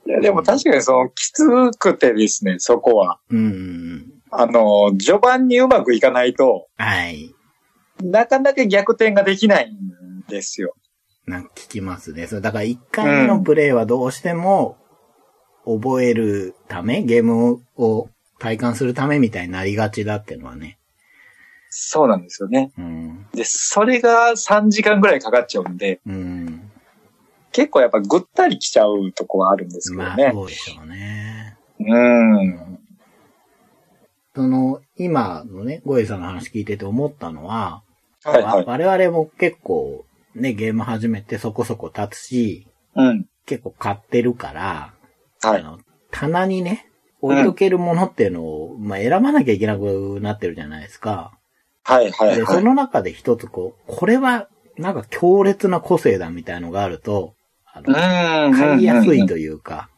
S2: いや、でも確かにその、きつくてですね、そこは。
S1: うん。
S2: あの、序盤にうまくいかないと、
S1: はい。
S2: なかなか逆転ができないんですよ。
S1: なんか聞きますね。それだから1回目のプレイはどうしても覚えるため、ゲームを体感するためみたいになりがちだっていうのはね。
S2: そうなんですよね。
S1: うん。
S2: で、それが3時間ぐらいかかっちゃうんで、
S1: うん。
S2: 結構やっぱぐったりきちゃうとこはあるんですけど
S1: まあ、
S2: ね。
S1: そうでしょうね。
S2: うん。
S1: その、今のね、ゴエさんの話聞いてて思ったのは、
S2: はいはい。
S1: 我々も結構ね、ゲーム始めてそこそこ経つし、
S2: うん。
S1: 結構買ってるから、
S2: は
S1: あ
S2: い。
S1: の、棚にね、置いとけるものっていうのを、まあ、選ばなきゃいけなくなってるじゃないですか。
S2: はいはい
S1: で、そ
S2: はい。
S1: の中で一つこう、これは、なんか強烈な個性だみたいのがあると、あの、
S2: うん。
S1: 買いやすい
S2: うん。
S1: というか、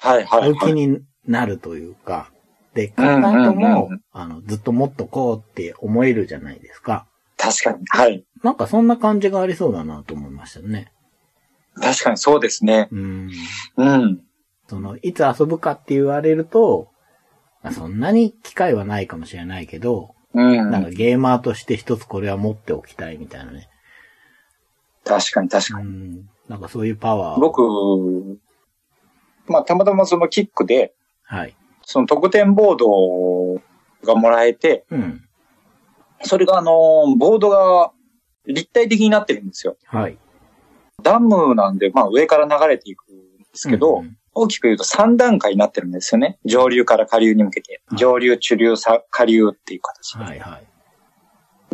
S2: はいは
S1: 買
S2: いうは
S1: 気
S2: い。
S1: になるというか、で、買った後
S2: うんうんうんう
S1: も、あの、ずっと持っとこうって思えるじゃないですか。
S2: 確かに。はい。
S1: なんかそんな感じがありそうだなと思いましたね。
S2: 確かにそうですね。
S1: うん。
S2: うん。
S1: その、いつ遊ぶかって言われると、まあそんなに機会はないかもしれないけど、
S2: うん。
S1: なんかゲーマーとして一つこれは持っておきたいみたいなね。
S2: 確かに確かに。
S1: うん。なんかそういうパワーを。
S2: 僕、まあ、たまたまそのキックで、
S1: はい。
S2: その得点ボードがもらえて、
S1: うん。
S2: それがあの、ボードが立体的になってるんですよ。
S1: はい。
S2: ダムなんで、まあ上から流れていくんですけど、
S1: うん
S2: 大きく言うと3段階になってるんですよね。上流から下流に向けて
S1: は。い
S2: 上流、中流、さ下流っていう形で。
S1: はいはい。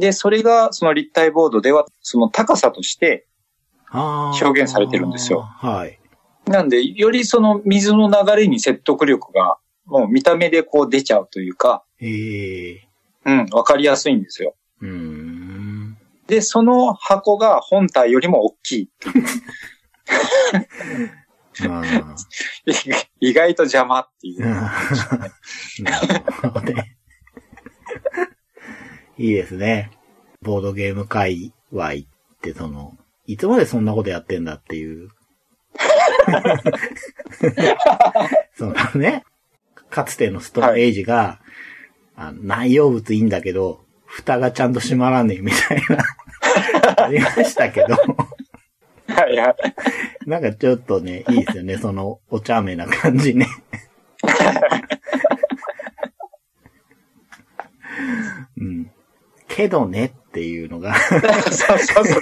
S2: で、それがその立体ボードでは、その高さとして、
S1: あー
S2: 表現されてるんですよ
S1: はい。
S2: なんで、よりその水の流れに説得力が、もう見た目でこう出ちゃうというか、
S1: ええ
S2: うん、わかりやすいんですよ。
S1: うーん。
S2: で、その箱が本体よりも大きい。
S1: まあ
S2: 意外と邪魔っていう。
S1: うん なるほどね。 いいですね。ボードゲーム界隈ってその、いつまでそんなことやってんだって いう。そのね、かつてのストーンエイジが、あ内容物いいんだけど、蓋がちゃんと閉まらねえみたい な、ありましたけど、
S2: はいはい。
S1: なんかちょっとね、いいですよ ね、そのお茶目な感じね。 うん。けどねっていうのが
S2: そうそうそう。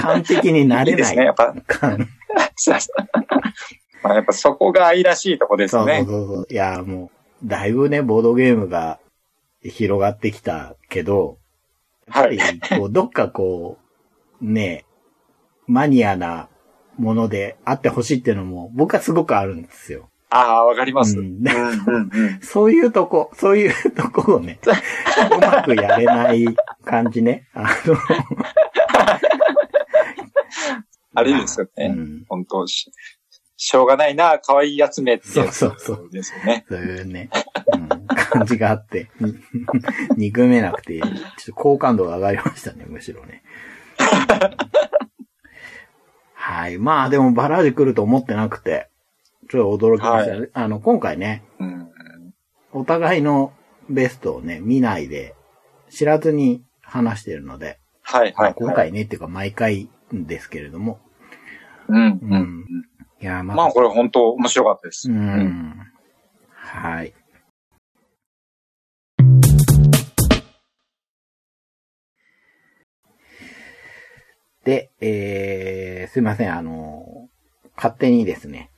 S1: 完璧にない
S2: い
S1: れ
S2: で
S1: な
S2: す
S1: い
S2: ね。やっぱ、
S1: 感
S2: そうそう まあやっぱそこが愛らしいとこです
S1: そうそう
S2: ね。
S1: そうそう。いや、もう、だいぶね、ボードゲームが広がってきたけど、やっぱり、こう、どっかこう、ね、マニアなものであってほしいっていうのも、僕はすごくあるんですよ。
S2: ああ、わかります。
S1: う
S2: うんんうんうん
S1: そういうとこ、そういうとこをね、うまくやれない感じね。あの、
S2: あれですよね。
S1: うん
S2: 本当し、しょうがないな、可愛いやつめってやつ
S1: そうそうそ
S2: ですよね。
S1: そういうね、うん、感じがあって、 うん憎めなくて、ちょっと好感度が上がりましたね、むしろね。はい。まあ、でもバラージュ来ると思ってなくて、ちょっと驚きましたね、あの、今回ね、
S2: うん。
S1: お互いのベストをね、見ないで、知らずに話してるので、
S2: はいはい。
S1: 今。回ね、っていうか毎回ですけれども、
S2: うん
S1: う
S2: うんん。
S1: いや、まあ、
S2: まあこれ本当面白かったです。
S1: う
S2: うん
S1: ん。はい。で、えー、すいません、あの、勝手にですね、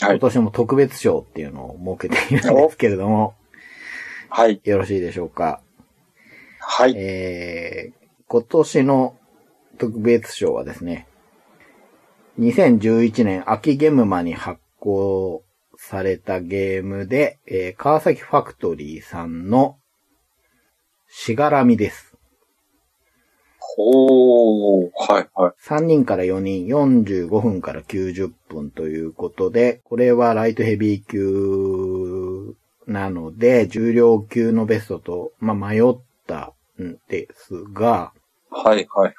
S2: は
S1: 今
S2: い。
S1: 年も特別賞っていうのを設けているんですけれども、
S2: はい。
S1: よろしいでしょうか。
S2: はい。
S1: えー、今年の特別賞はですね、2011年秋ゲームマに発行されたゲームで、えー川崎ファクトリーさんのしがらみです。
S2: ほー。はいはい。
S1: 3人から4人、45分から90分ということで、これはライトヘビー級なので、重量級のベストと、まあ、迷ったんですが、
S2: はいはい。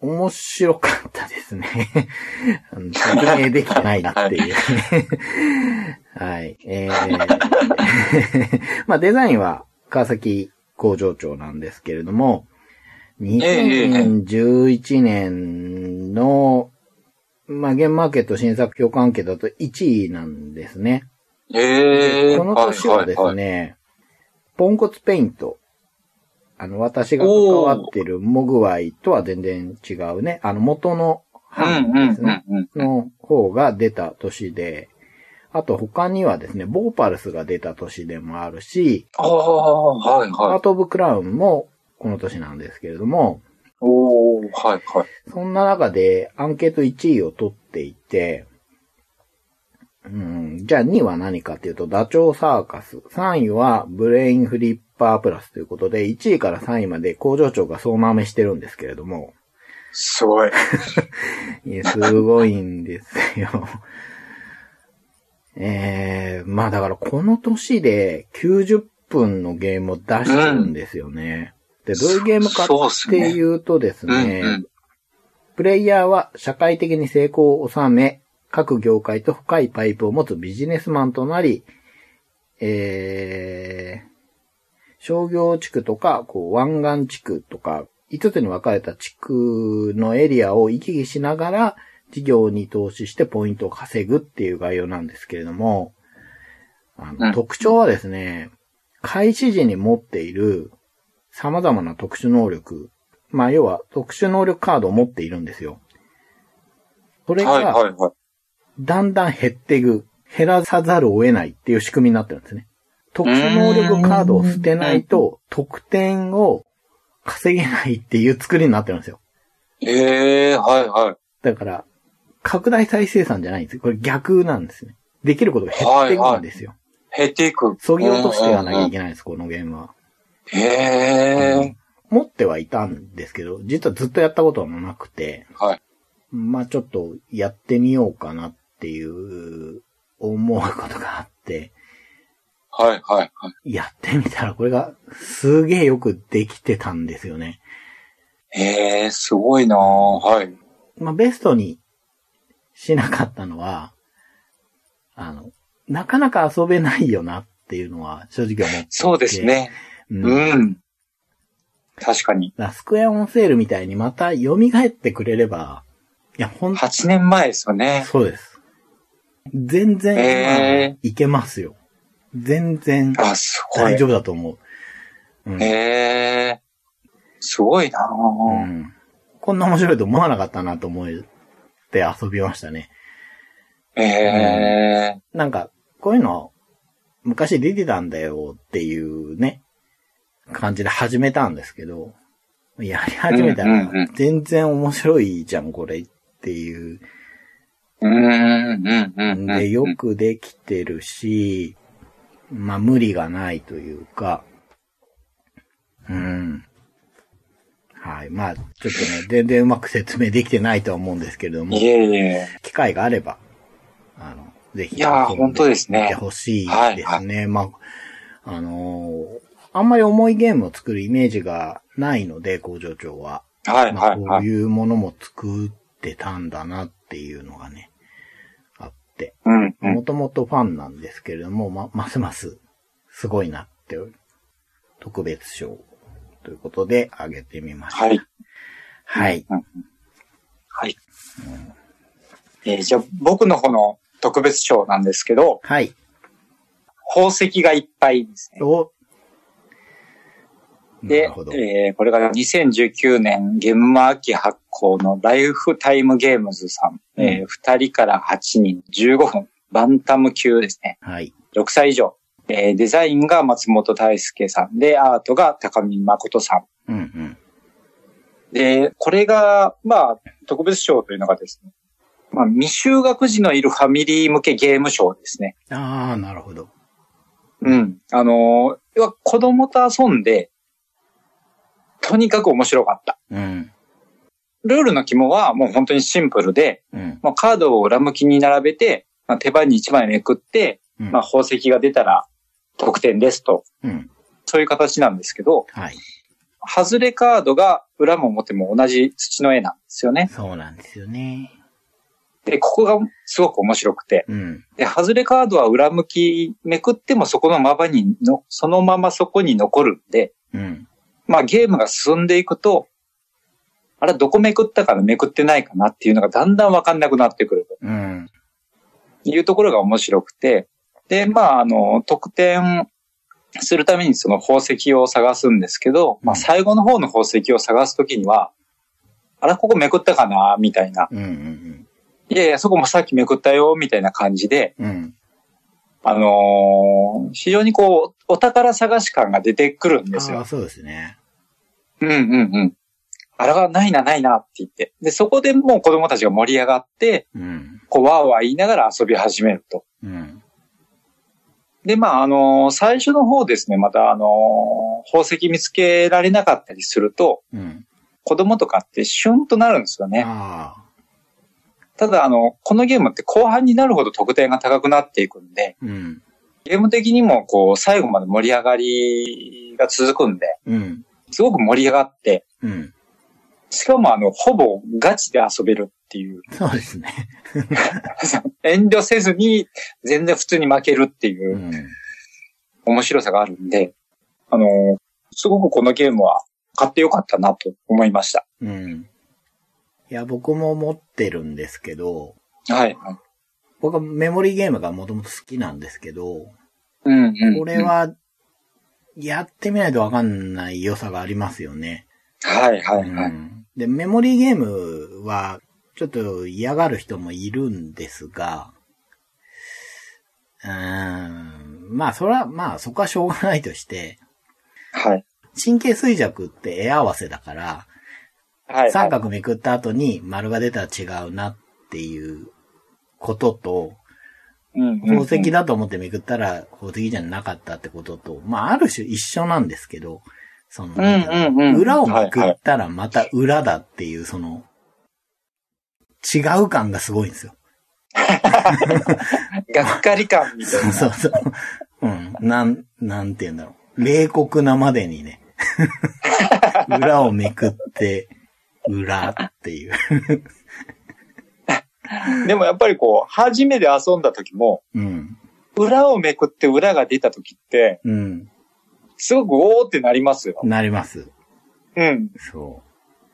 S1: 面白かったですね。 あの説明できてないなっていう。 はい。えー、 まあデザインは川崎工場長なんですけれども、
S2: ええ
S1: 2011年の、まあゲームマーケット新作評価アンケートだと1位なんですね。
S2: ええ
S1: この年はです
S2: い。
S1: ね、ポンコツペイント。あの、私が関わってるモグワイとは全然違うね。あの、元の
S2: はい
S1: 版
S2: うん
S1: ですね。
S2: うんうんうん。
S1: の方が出た年で、あと他にはですね、ボーパルスが出た年でもあるし、
S2: ああ、はい
S1: アー
S2: はい。
S1: ト・オブ・クラウンもこの年なんですけれども、
S2: おー。はいはい。
S1: そんな中でアンケート1位を取っていて、うん、じゃあ2位は何かっていうと、ダチョウサーカス。3位はブレインフリッパープラスということで、1位から3位まで工場長が総なめしてるんですけれども、
S2: すごい。
S1: いやすごいんですよ。 えー、まあだからこの年で90分のゲームを出してるんですよね。で、どういうゲームか
S2: そう
S1: っ
S2: っす
S1: て
S2: ね
S1: いうとです
S2: うん
S1: ね、
S2: うん。
S1: プレイヤーは社会的に成功を収め、各業界と深いパイプを持つビジネスマンとなり、えー、商業地区とか、こう、湾岸地区とか、 5つに分かれた地区のエリアを行き来しながら、事業に投資してポイントを稼ぐっていう概要なんですけれども、あ
S2: う
S1: の
S2: ん
S1: 特徴はですね、開始時に持っている様々な特殊能力、まあ要は特殊能力カードを持っているんですよ。それ
S2: はい
S1: が
S2: はいはい。
S1: だんだん減っていく、減らさざるを得ないっていう仕組みになってるんですね。特殊能力カードを捨てないと得点を稼げないっていう作りになってるんですよ。
S2: ええはいはい。
S1: だから、拡大再生産じゃないんですよ。これ逆なんですね。できることが減っていくんですよ。
S2: 減っていく。
S1: 削ぎ落としていかなきゃい
S2: ない。
S1: けないんです、このゲームは。
S2: へえ、
S1: 持ってはいたんですけど、実はずっとやったこともなくて、
S2: はい。
S1: まあちょっとやってみようかなっていう思うことがあって、
S2: はいはいはい。
S1: やってみたらこれがすげえよくできてたんですよね。
S2: ええすごいなぁ。はい。
S1: まあベストにしなかったのは、あの、なかなか遊べないよなっていうのは正直思って。
S2: そうですね。
S1: うん。だか
S2: うん。確かに。
S1: らスクエアオンセールみたいにまた蘇ってくれれば、いや、本当
S2: 8年前ですよね。
S1: そうです。全然、
S2: え
S1: いけますよ。全然
S2: あ、すごい。
S1: 大丈夫だと思う。うん
S2: ええすごいな
S1: う
S2: ぁ。
S1: んこんな面白いと思わなかったなと思って遊びましたね。
S2: ええ
S1: なんか、こういうの、昔出てたんだよっていうね、感じで始めたんですけど、やり始めた
S2: うんうんう
S1: ら、全然面白いじゃん、これっていう
S2: うん、うん、うん。
S1: で、よくできてるし、まあ、無理がないというか、うん。はい。まあ、ちょっとね、全然うまく説明できてないとは思うんですけれども
S2: い、えいえ。
S1: 機会があれば、あの、ぜひ、
S2: いやー本当ですね
S1: 見てほしいですね。
S2: はい
S1: まあ、あのーあんまり重いゲームを作るイメージがないので、工場長は。
S2: はい
S1: ま
S2: は
S1: あ、
S2: い
S1: こ
S2: は
S1: う
S2: い。
S1: いうものも作ってたんだなっていうのがね、あって。
S2: うん、うん。
S1: もともとファンなんですけれども、ま、ますます、すごいなって、特別賞ということで、あげてみました。
S2: はい。
S1: はい。
S2: はい。えーじゃあ、僕の方の特別賞なんですけど、
S1: はい。
S2: 宝石がいっぱいですね。
S1: おな
S2: で
S1: るほ、ど。
S2: えーこれが2019年ゲームマーキ発行のライフタイムゲームズさん、
S1: うん
S2: え2人から8人15分、バンタム級ですね。
S1: はい。
S2: 6歳以上。えーデザインが松本大輔さんで、アートが高見誠さん。
S1: うんうん。
S2: で、これが、まあ、特別賞というのがですね、まあ、未就学児のいるファミリー向けゲーム賞ですね。
S1: ああ、なるほど。
S2: うん。あのー、要は子供と遊んで、とにかく面白かった。
S1: うん。
S2: ルールの肝はもう本当にシンプルで、
S1: うん。
S2: もうカードを裏向きに並べて、まあ、手番に1枚めくって、
S1: うん
S2: まあ、宝石が出たら得点ですと。
S1: うん。
S2: そういう形なんですけど、
S1: はい。
S2: 外れカードが裏も表も同じ土の絵なんですよね。
S1: そうなんですよね。
S2: で、ここがすごく面白くて。
S1: うん。
S2: で、外れカードは裏向きめくってもそこのままにの、そのままそこに残るんで、
S1: うん。
S2: まあゲームが進んでいくと、あれどこめくったかな、めくってないかなっていうのがだんだんわかんなくなってくると
S1: うん。
S2: いうところが面白くて、で、まああの、得点するためにその宝石を探すんですけど、まあ最後の方の宝石を探すときには、あれここめくったかな、みたいな。
S1: うん。うん。
S2: いやいや、そこもさっきめくったよ、みたいな感じで、
S1: うん。
S2: あのー非常にこう、お宝探し感が出てくるんです
S1: ああ、
S2: よ。
S1: そうですね。
S2: うんうんうん。あらがないな、ないなって言って。で、そこでもう子供たちが盛り上がって、
S1: うん。
S2: こう、わーわー言いながら遊び始めると。
S1: うん。
S2: で、まあ、あのー最初の方ですね、また、あのー宝石見つけられなかったりすると、
S1: うん。
S2: 子供とかってシュンとなるんですよね。
S1: ああ。
S2: ただ、あの、このゲームって後半になるほど得点が高くなっていくんで、
S1: うん。
S2: ゲーム的にもこう、最後まで盛り上がりが続くんで、
S1: うん。
S2: すごく盛り上がって、
S1: うん。
S2: しかもあの、ほぼガチで遊べるっていう、
S1: そうですね。。
S2: 遠慮せずに全然普通に負けるっていううん面白さがあるんで、あの、すごくこのゲームは買ってよかったなと思いました。
S1: うん。いや、僕も持ってるんですけど、
S2: はい、はい。
S1: 僕はメモリーゲームがもともと好きなんですけど、
S2: うん、うん。
S1: これは、やってみないとわかんない良さがありますよね。
S2: うん。はい、は
S1: う
S2: い、はい。
S1: ん。で、メモリーゲームは、ちょっと嫌がる人もいるんですが、うーん。まあ、それは、まあ、そこはしょうがないとして、
S2: はい。
S1: 神経衰弱って絵合わせだから、
S2: はい。
S1: 三角めくった後に丸が出たら違うなっていうことと、
S2: うん
S1: 宝石だと思ってめくったら宝石じゃなかったってことと、まあある種一緒なんですけど、その、
S2: うんうんうん
S1: 裏をめくったらまた裏だっていう、その、違う感がすごいんですよ。
S2: がっかり感みたいな。
S1: そうそう。うん。なん、なんて言うんだろう。冷酷なまでに ね。裏をめくって、裏っていう。
S2: でもやっぱりこう、初めて遊んだ時も、
S1: うん。
S2: 裏をめくって裏が出た時って、
S1: うん。
S2: すごくおーってなりますよ。
S1: なります。
S2: うん。
S1: そう。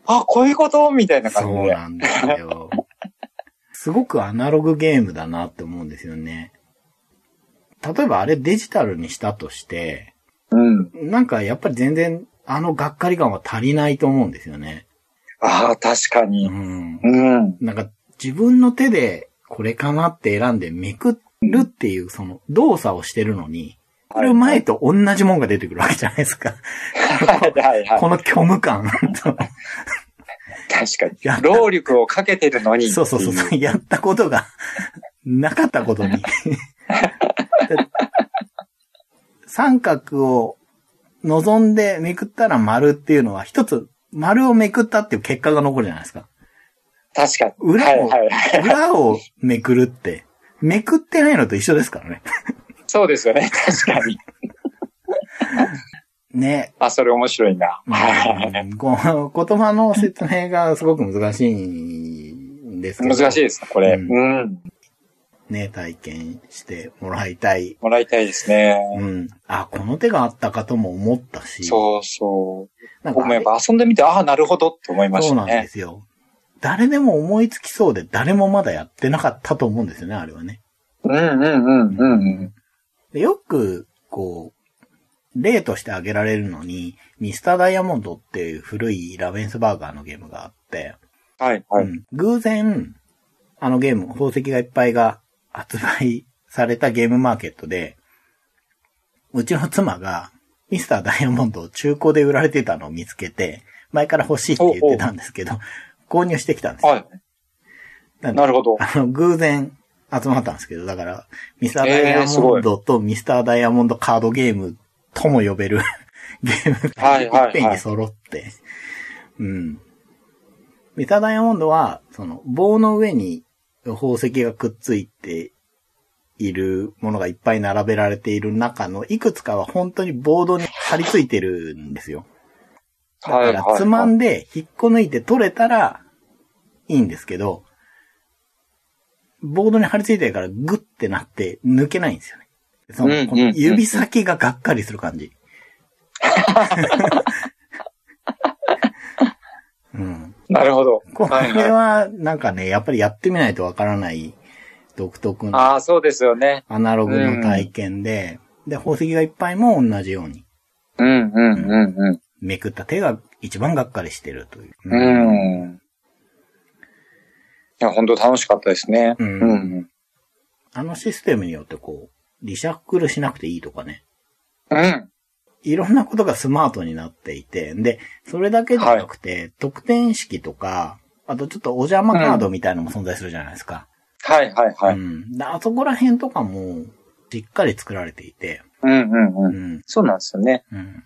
S2: あ、こういうことみたいな感
S1: そう
S2: じで。
S1: なんですよ。すごくアナログゲームだなって思うんですよね。例えばあれデジタルにしたとして、
S2: うん。
S1: なんかやっぱり全然あのがっかり感は足りないと思うんですよね。
S2: ああ、確か
S1: う
S2: に。
S1: ん。
S2: うん。
S1: なんか自分の手でこれかなって選んでめくるっていうその動作をしてるのに、これ前と同じもんが出てくるわけじゃないですか。
S2: はいはいはい。
S1: この虚無感。
S2: 確
S1: や
S2: か
S1: っ
S2: に。労力をかけてるのに。
S1: そうそうそう
S2: って
S1: そう。やったことが なかったことに。 三角を望んでめくったら丸っていうのは、一つ丸をめくったっていう結果が残るじゃないです か。
S2: 確かに。
S1: 裏を
S2: はいはいはい。
S1: 裏をめくるって、めくってないのと一緒ですからね。
S2: そうですよね。確かに。
S1: ね。
S2: あ、それ面白いな。はい
S1: うんこう言葉の説明がすごく難しいんですけど。
S2: 難しいですね、これ。
S1: う
S2: うん。
S1: ね、体験してもらいたい。
S2: もらいたいですね。
S1: うん。あ、この手があったかとも思ったし。
S2: そうそう。
S1: なんか
S2: 僕もやっぱ遊んでみて、ああ、なるほどって思いまし
S1: そうな
S2: た
S1: んで
S2: ね。
S1: すよ。誰でも思いつきそうで、誰もまだやってなかったと思うんですよね、あれはね。
S2: うんうんうんうんうん。
S1: でよく、こう、例として挙げられるのに、ミスターダイヤモンドっていう古いラベンスバーガーのゲームがあって、
S2: はいは
S1: う
S2: い。
S1: ん偶然、あのゲーム、宝石がいっぱいが発売されたゲームマーケットで、うちの妻がミスターダイヤモンドを中古で売られてたのを見つけて、前から欲しいって言ってたんですけど、購入してきたんですよ。
S2: はい。
S1: なんで
S2: なるほど。
S1: あの、偶然集まったんですけど、だから、ミスターダイヤモンドとミスターダイヤモンドカードゲームとも呼べる ゲームが
S2: はいはいはい
S1: いっぺんに揃って、うん。ミスターダイヤモンドは、その、棒の上に宝石がくっついているものがいっぱい並べられている中の、いくつかは本当にボードに張り付いてるんですよ。だ
S2: は
S1: か
S2: いはい
S1: ら、
S2: はい。
S1: つまんで、引っこ抜いて取れたら、いいんですけど、ボードに張り付いてるから、グッてなって、抜けないんですよね。そ
S2: うん
S1: の、こ
S2: うん
S1: の
S2: うん
S1: 指先ががっかりする 感じ。うん、
S2: なるほど。
S1: こ
S2: はい
S1: れ
S2: はい
S1: は、なんかね、やっぱりやってみないとわからない、独特な
S2: ああ、そうですよね。
S1: アナログの体験で、で、宝石がいっぱいも同じように、
S2: うんうんうん
S1: めくった手が一番がっかりしてるという。
S2: うん。うん。いや、本当楽しかったですね。
S1: うん
S2: うん。
S1: あのシステムによってこう、リシャックルしなくていいとかね。
S2: うん。
S1: いろんなことがスマートになっていて、で、それだけじゃなくて、得点式とか、あとちょっとお邪魔カードみたいなのも存在するじゃないですか。
S2: はいはいは
S1: う
S2: い。
S1: ん。であそこら辺とかも、しっかり作られていて、
S2: うんうんう。
S1: うんん。
S2: そうなんですよね。
S1: うん。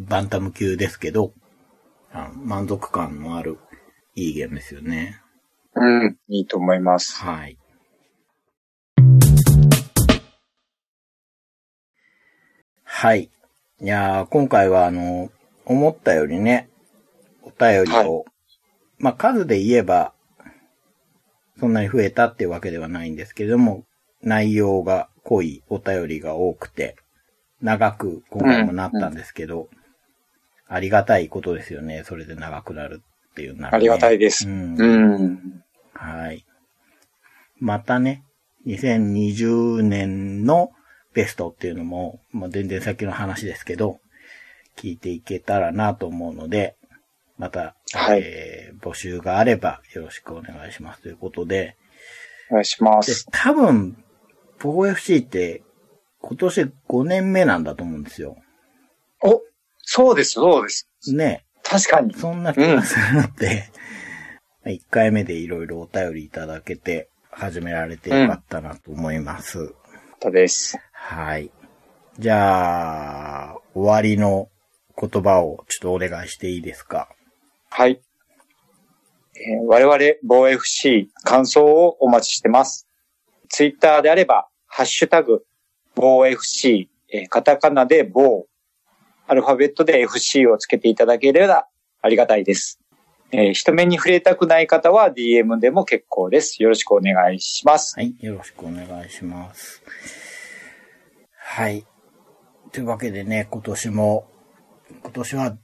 S1: バンタム級ですけど、あの満足感のある、いいゲームですよね。
S2: うん。いいと思います。
S1: はい。はい。いやー今回はあの、思ったよりね、お便りを、まあ、数で言えば、そんなに増えたっていうわけではないんですけれども、内容が濃いお便りが多くて、長く今回もなったんですけど、ありがたいことですよね。それで長くなるっていうなら、ね。
S2: ありがたいです
S1: う。ん
S2: う。ん。
S1: はい。またね、2020年のベストっていうのも、まあ、全然先の話ですけど、聞いていけたらなと思うので、また、
S2: はい
S1: えー募集があればよろしくお願いしますということで、
S2: お願いしま。
S1: です多分、ボー FC って今年5年目なんだと思うんですよ。
S2: お、そうです、そうです。
S1: ね。
S2: 確かに。
S1: そんな気がするので、1回目でいろいろお便りいただけて、始められてよかったなと思います。
S2: たです。
S1: はい。じゃあ、終わりの言葉をちょっとお願いしていいですか。
S2: はい。えー我々、防 FC、感想をお待ちしてます。ツイッターであれば、ハッシュタグ、防 FC、えーカタカナで防、アルファベットで FC をつけていただければありがたいです。えー人目に触れたくない方は DM でも結構です。よろしくお願いします。
S1: はい。よろしくお願いします。はい。というわけでね、今年も、今年は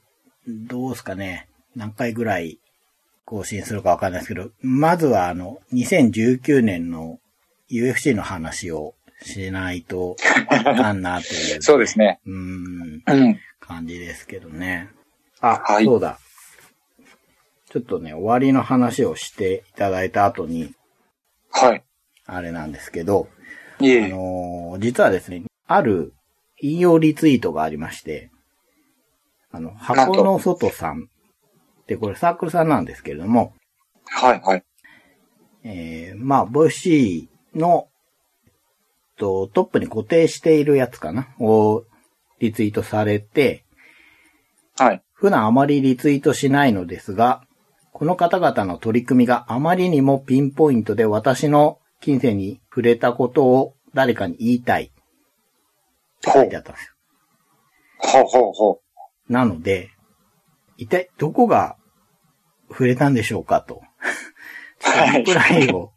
S1: どうですかね。何回ぐらい更新するかわかんないですけど、まずはあの、2019年の UFC の話をしないとあかんなと いう、
S2: そうです
S1: ね。
S2: ね。
S1: うん。
S2: うん。
S1: 感じですけどね。あ、
S2: はい
S1: そうだ。ちょっとね、終わりの話をしていただいた後に、
S2: はい。
S1: あれなんですけど、
S2: いえ
S1: あ
S2: いえ。
S1: のー実はですね、ある引用リツイートがありまして、あの、箱の外さんって、これサークルさんなんですけれども、
S2: はい、はい。
S1: えー、まあ、ボイシーの、えっと、トップに固定しているやつかなをリツイートされて、
S2: はい。
S1: 普段あまりリツイートしないのですが、この方々の取り組みがあまりにもピンポイントで私の金銭に触れたことを誰かに言いたいって書いてあったんですよ。
S2: ほうほうほ
S1: なので、一体どこが触れたんでしょうかと。
S2: う。は
S1: リ
S2: い
S1: プ。ライを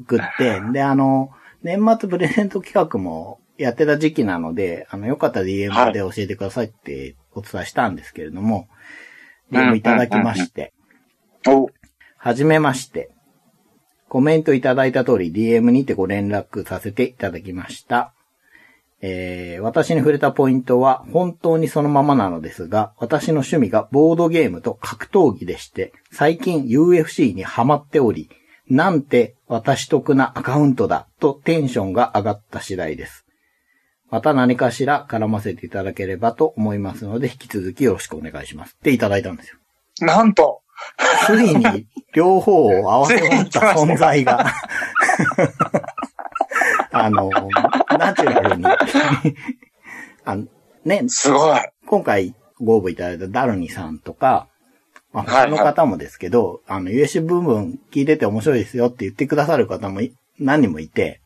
S1: 送って、で、あの、年末プレゼント企画もやってた時期なので、あの、よかったら DM で教えてくださいってお伝えしたんですけれども、
S2: うん
S1: DM いただきまして、
S2: お、
S1: はじめまして。コメントいただいた通り DM にてご連絡させていただきました。えー、私に触れたポイントは本当にそのままなのですが、私の趣味がボードゲームと格闘技でして、最近 UFC にハマっており、なんて私得なアカウントだとテンションが上がった次第です。また何かしら絡ませていただければと思いますので、引き続きよろしくお願いします。っていただいたんですよ。
S2: なんと。
S1: ついに両方を合わせ持った存在 が、あの、ナチュラルにあの、ね、
S2: すごい。
S1: 今回ご応募いただいたダルニさんとか、まあ、
S2: はい
S1: 他の方もですけど、あの、US 部分聞いてて面白いですよって言ってくださる方もい何人もいて、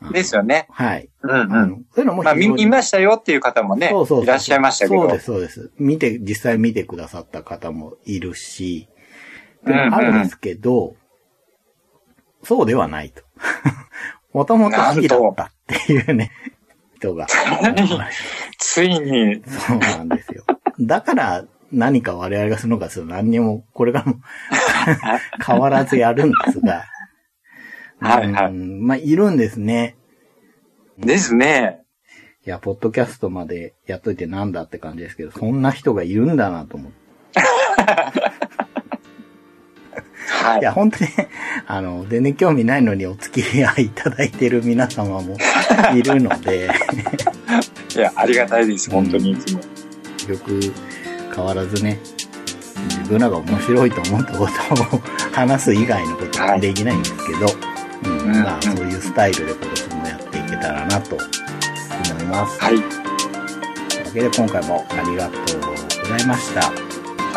S1: あの
S2: ですよね。
S1: はい。
S2: うん
S1: あの、そういうのも
S2: まあ、
S1: 非
S2: 見
S1: 常に
S2: 見ましたよっていう方もね、
S1: そうそうそう
S2: いらっしゃいましたけど。
S1: そうです、そうです。見て、実際見てくださった方もいるし、
S2: うんうん
S1: あるんですけど、そうではないと。 もともと好きだったっていうね、人が。
S2: ついに、
S1: そうなんですよ。だから、何か我々がするのかする何にも、これがもう 変わらずやるんですが。
S2: はいはい
S1: うんまあ、いるんですね。
S2: ですね。
S1: いや、ポッドキャストまでやっといてなんだって感じですけど、そんな人がいるんだなと思って。
S2: はい
S1: や、
S2: い。
S1: 本当に ね、あの、全然興味ないのにお付き合いいただいてる皆様 もいるので、
S2: いや、ありがたいです、本当にいつも。
S1: よく変わらずね、自分らが面白いと思ったことを話す以外のことはできないんですけど、うん
S2: うん
S1: まあ、そういうスタイルで今年もやっていけたらなと思います。
S2: はい。
S1: というわけで今回もありがとうございました。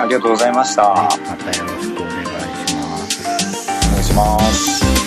S2: ありがとうございました。
S1: またよろしくお願いします。
S2: お願いします。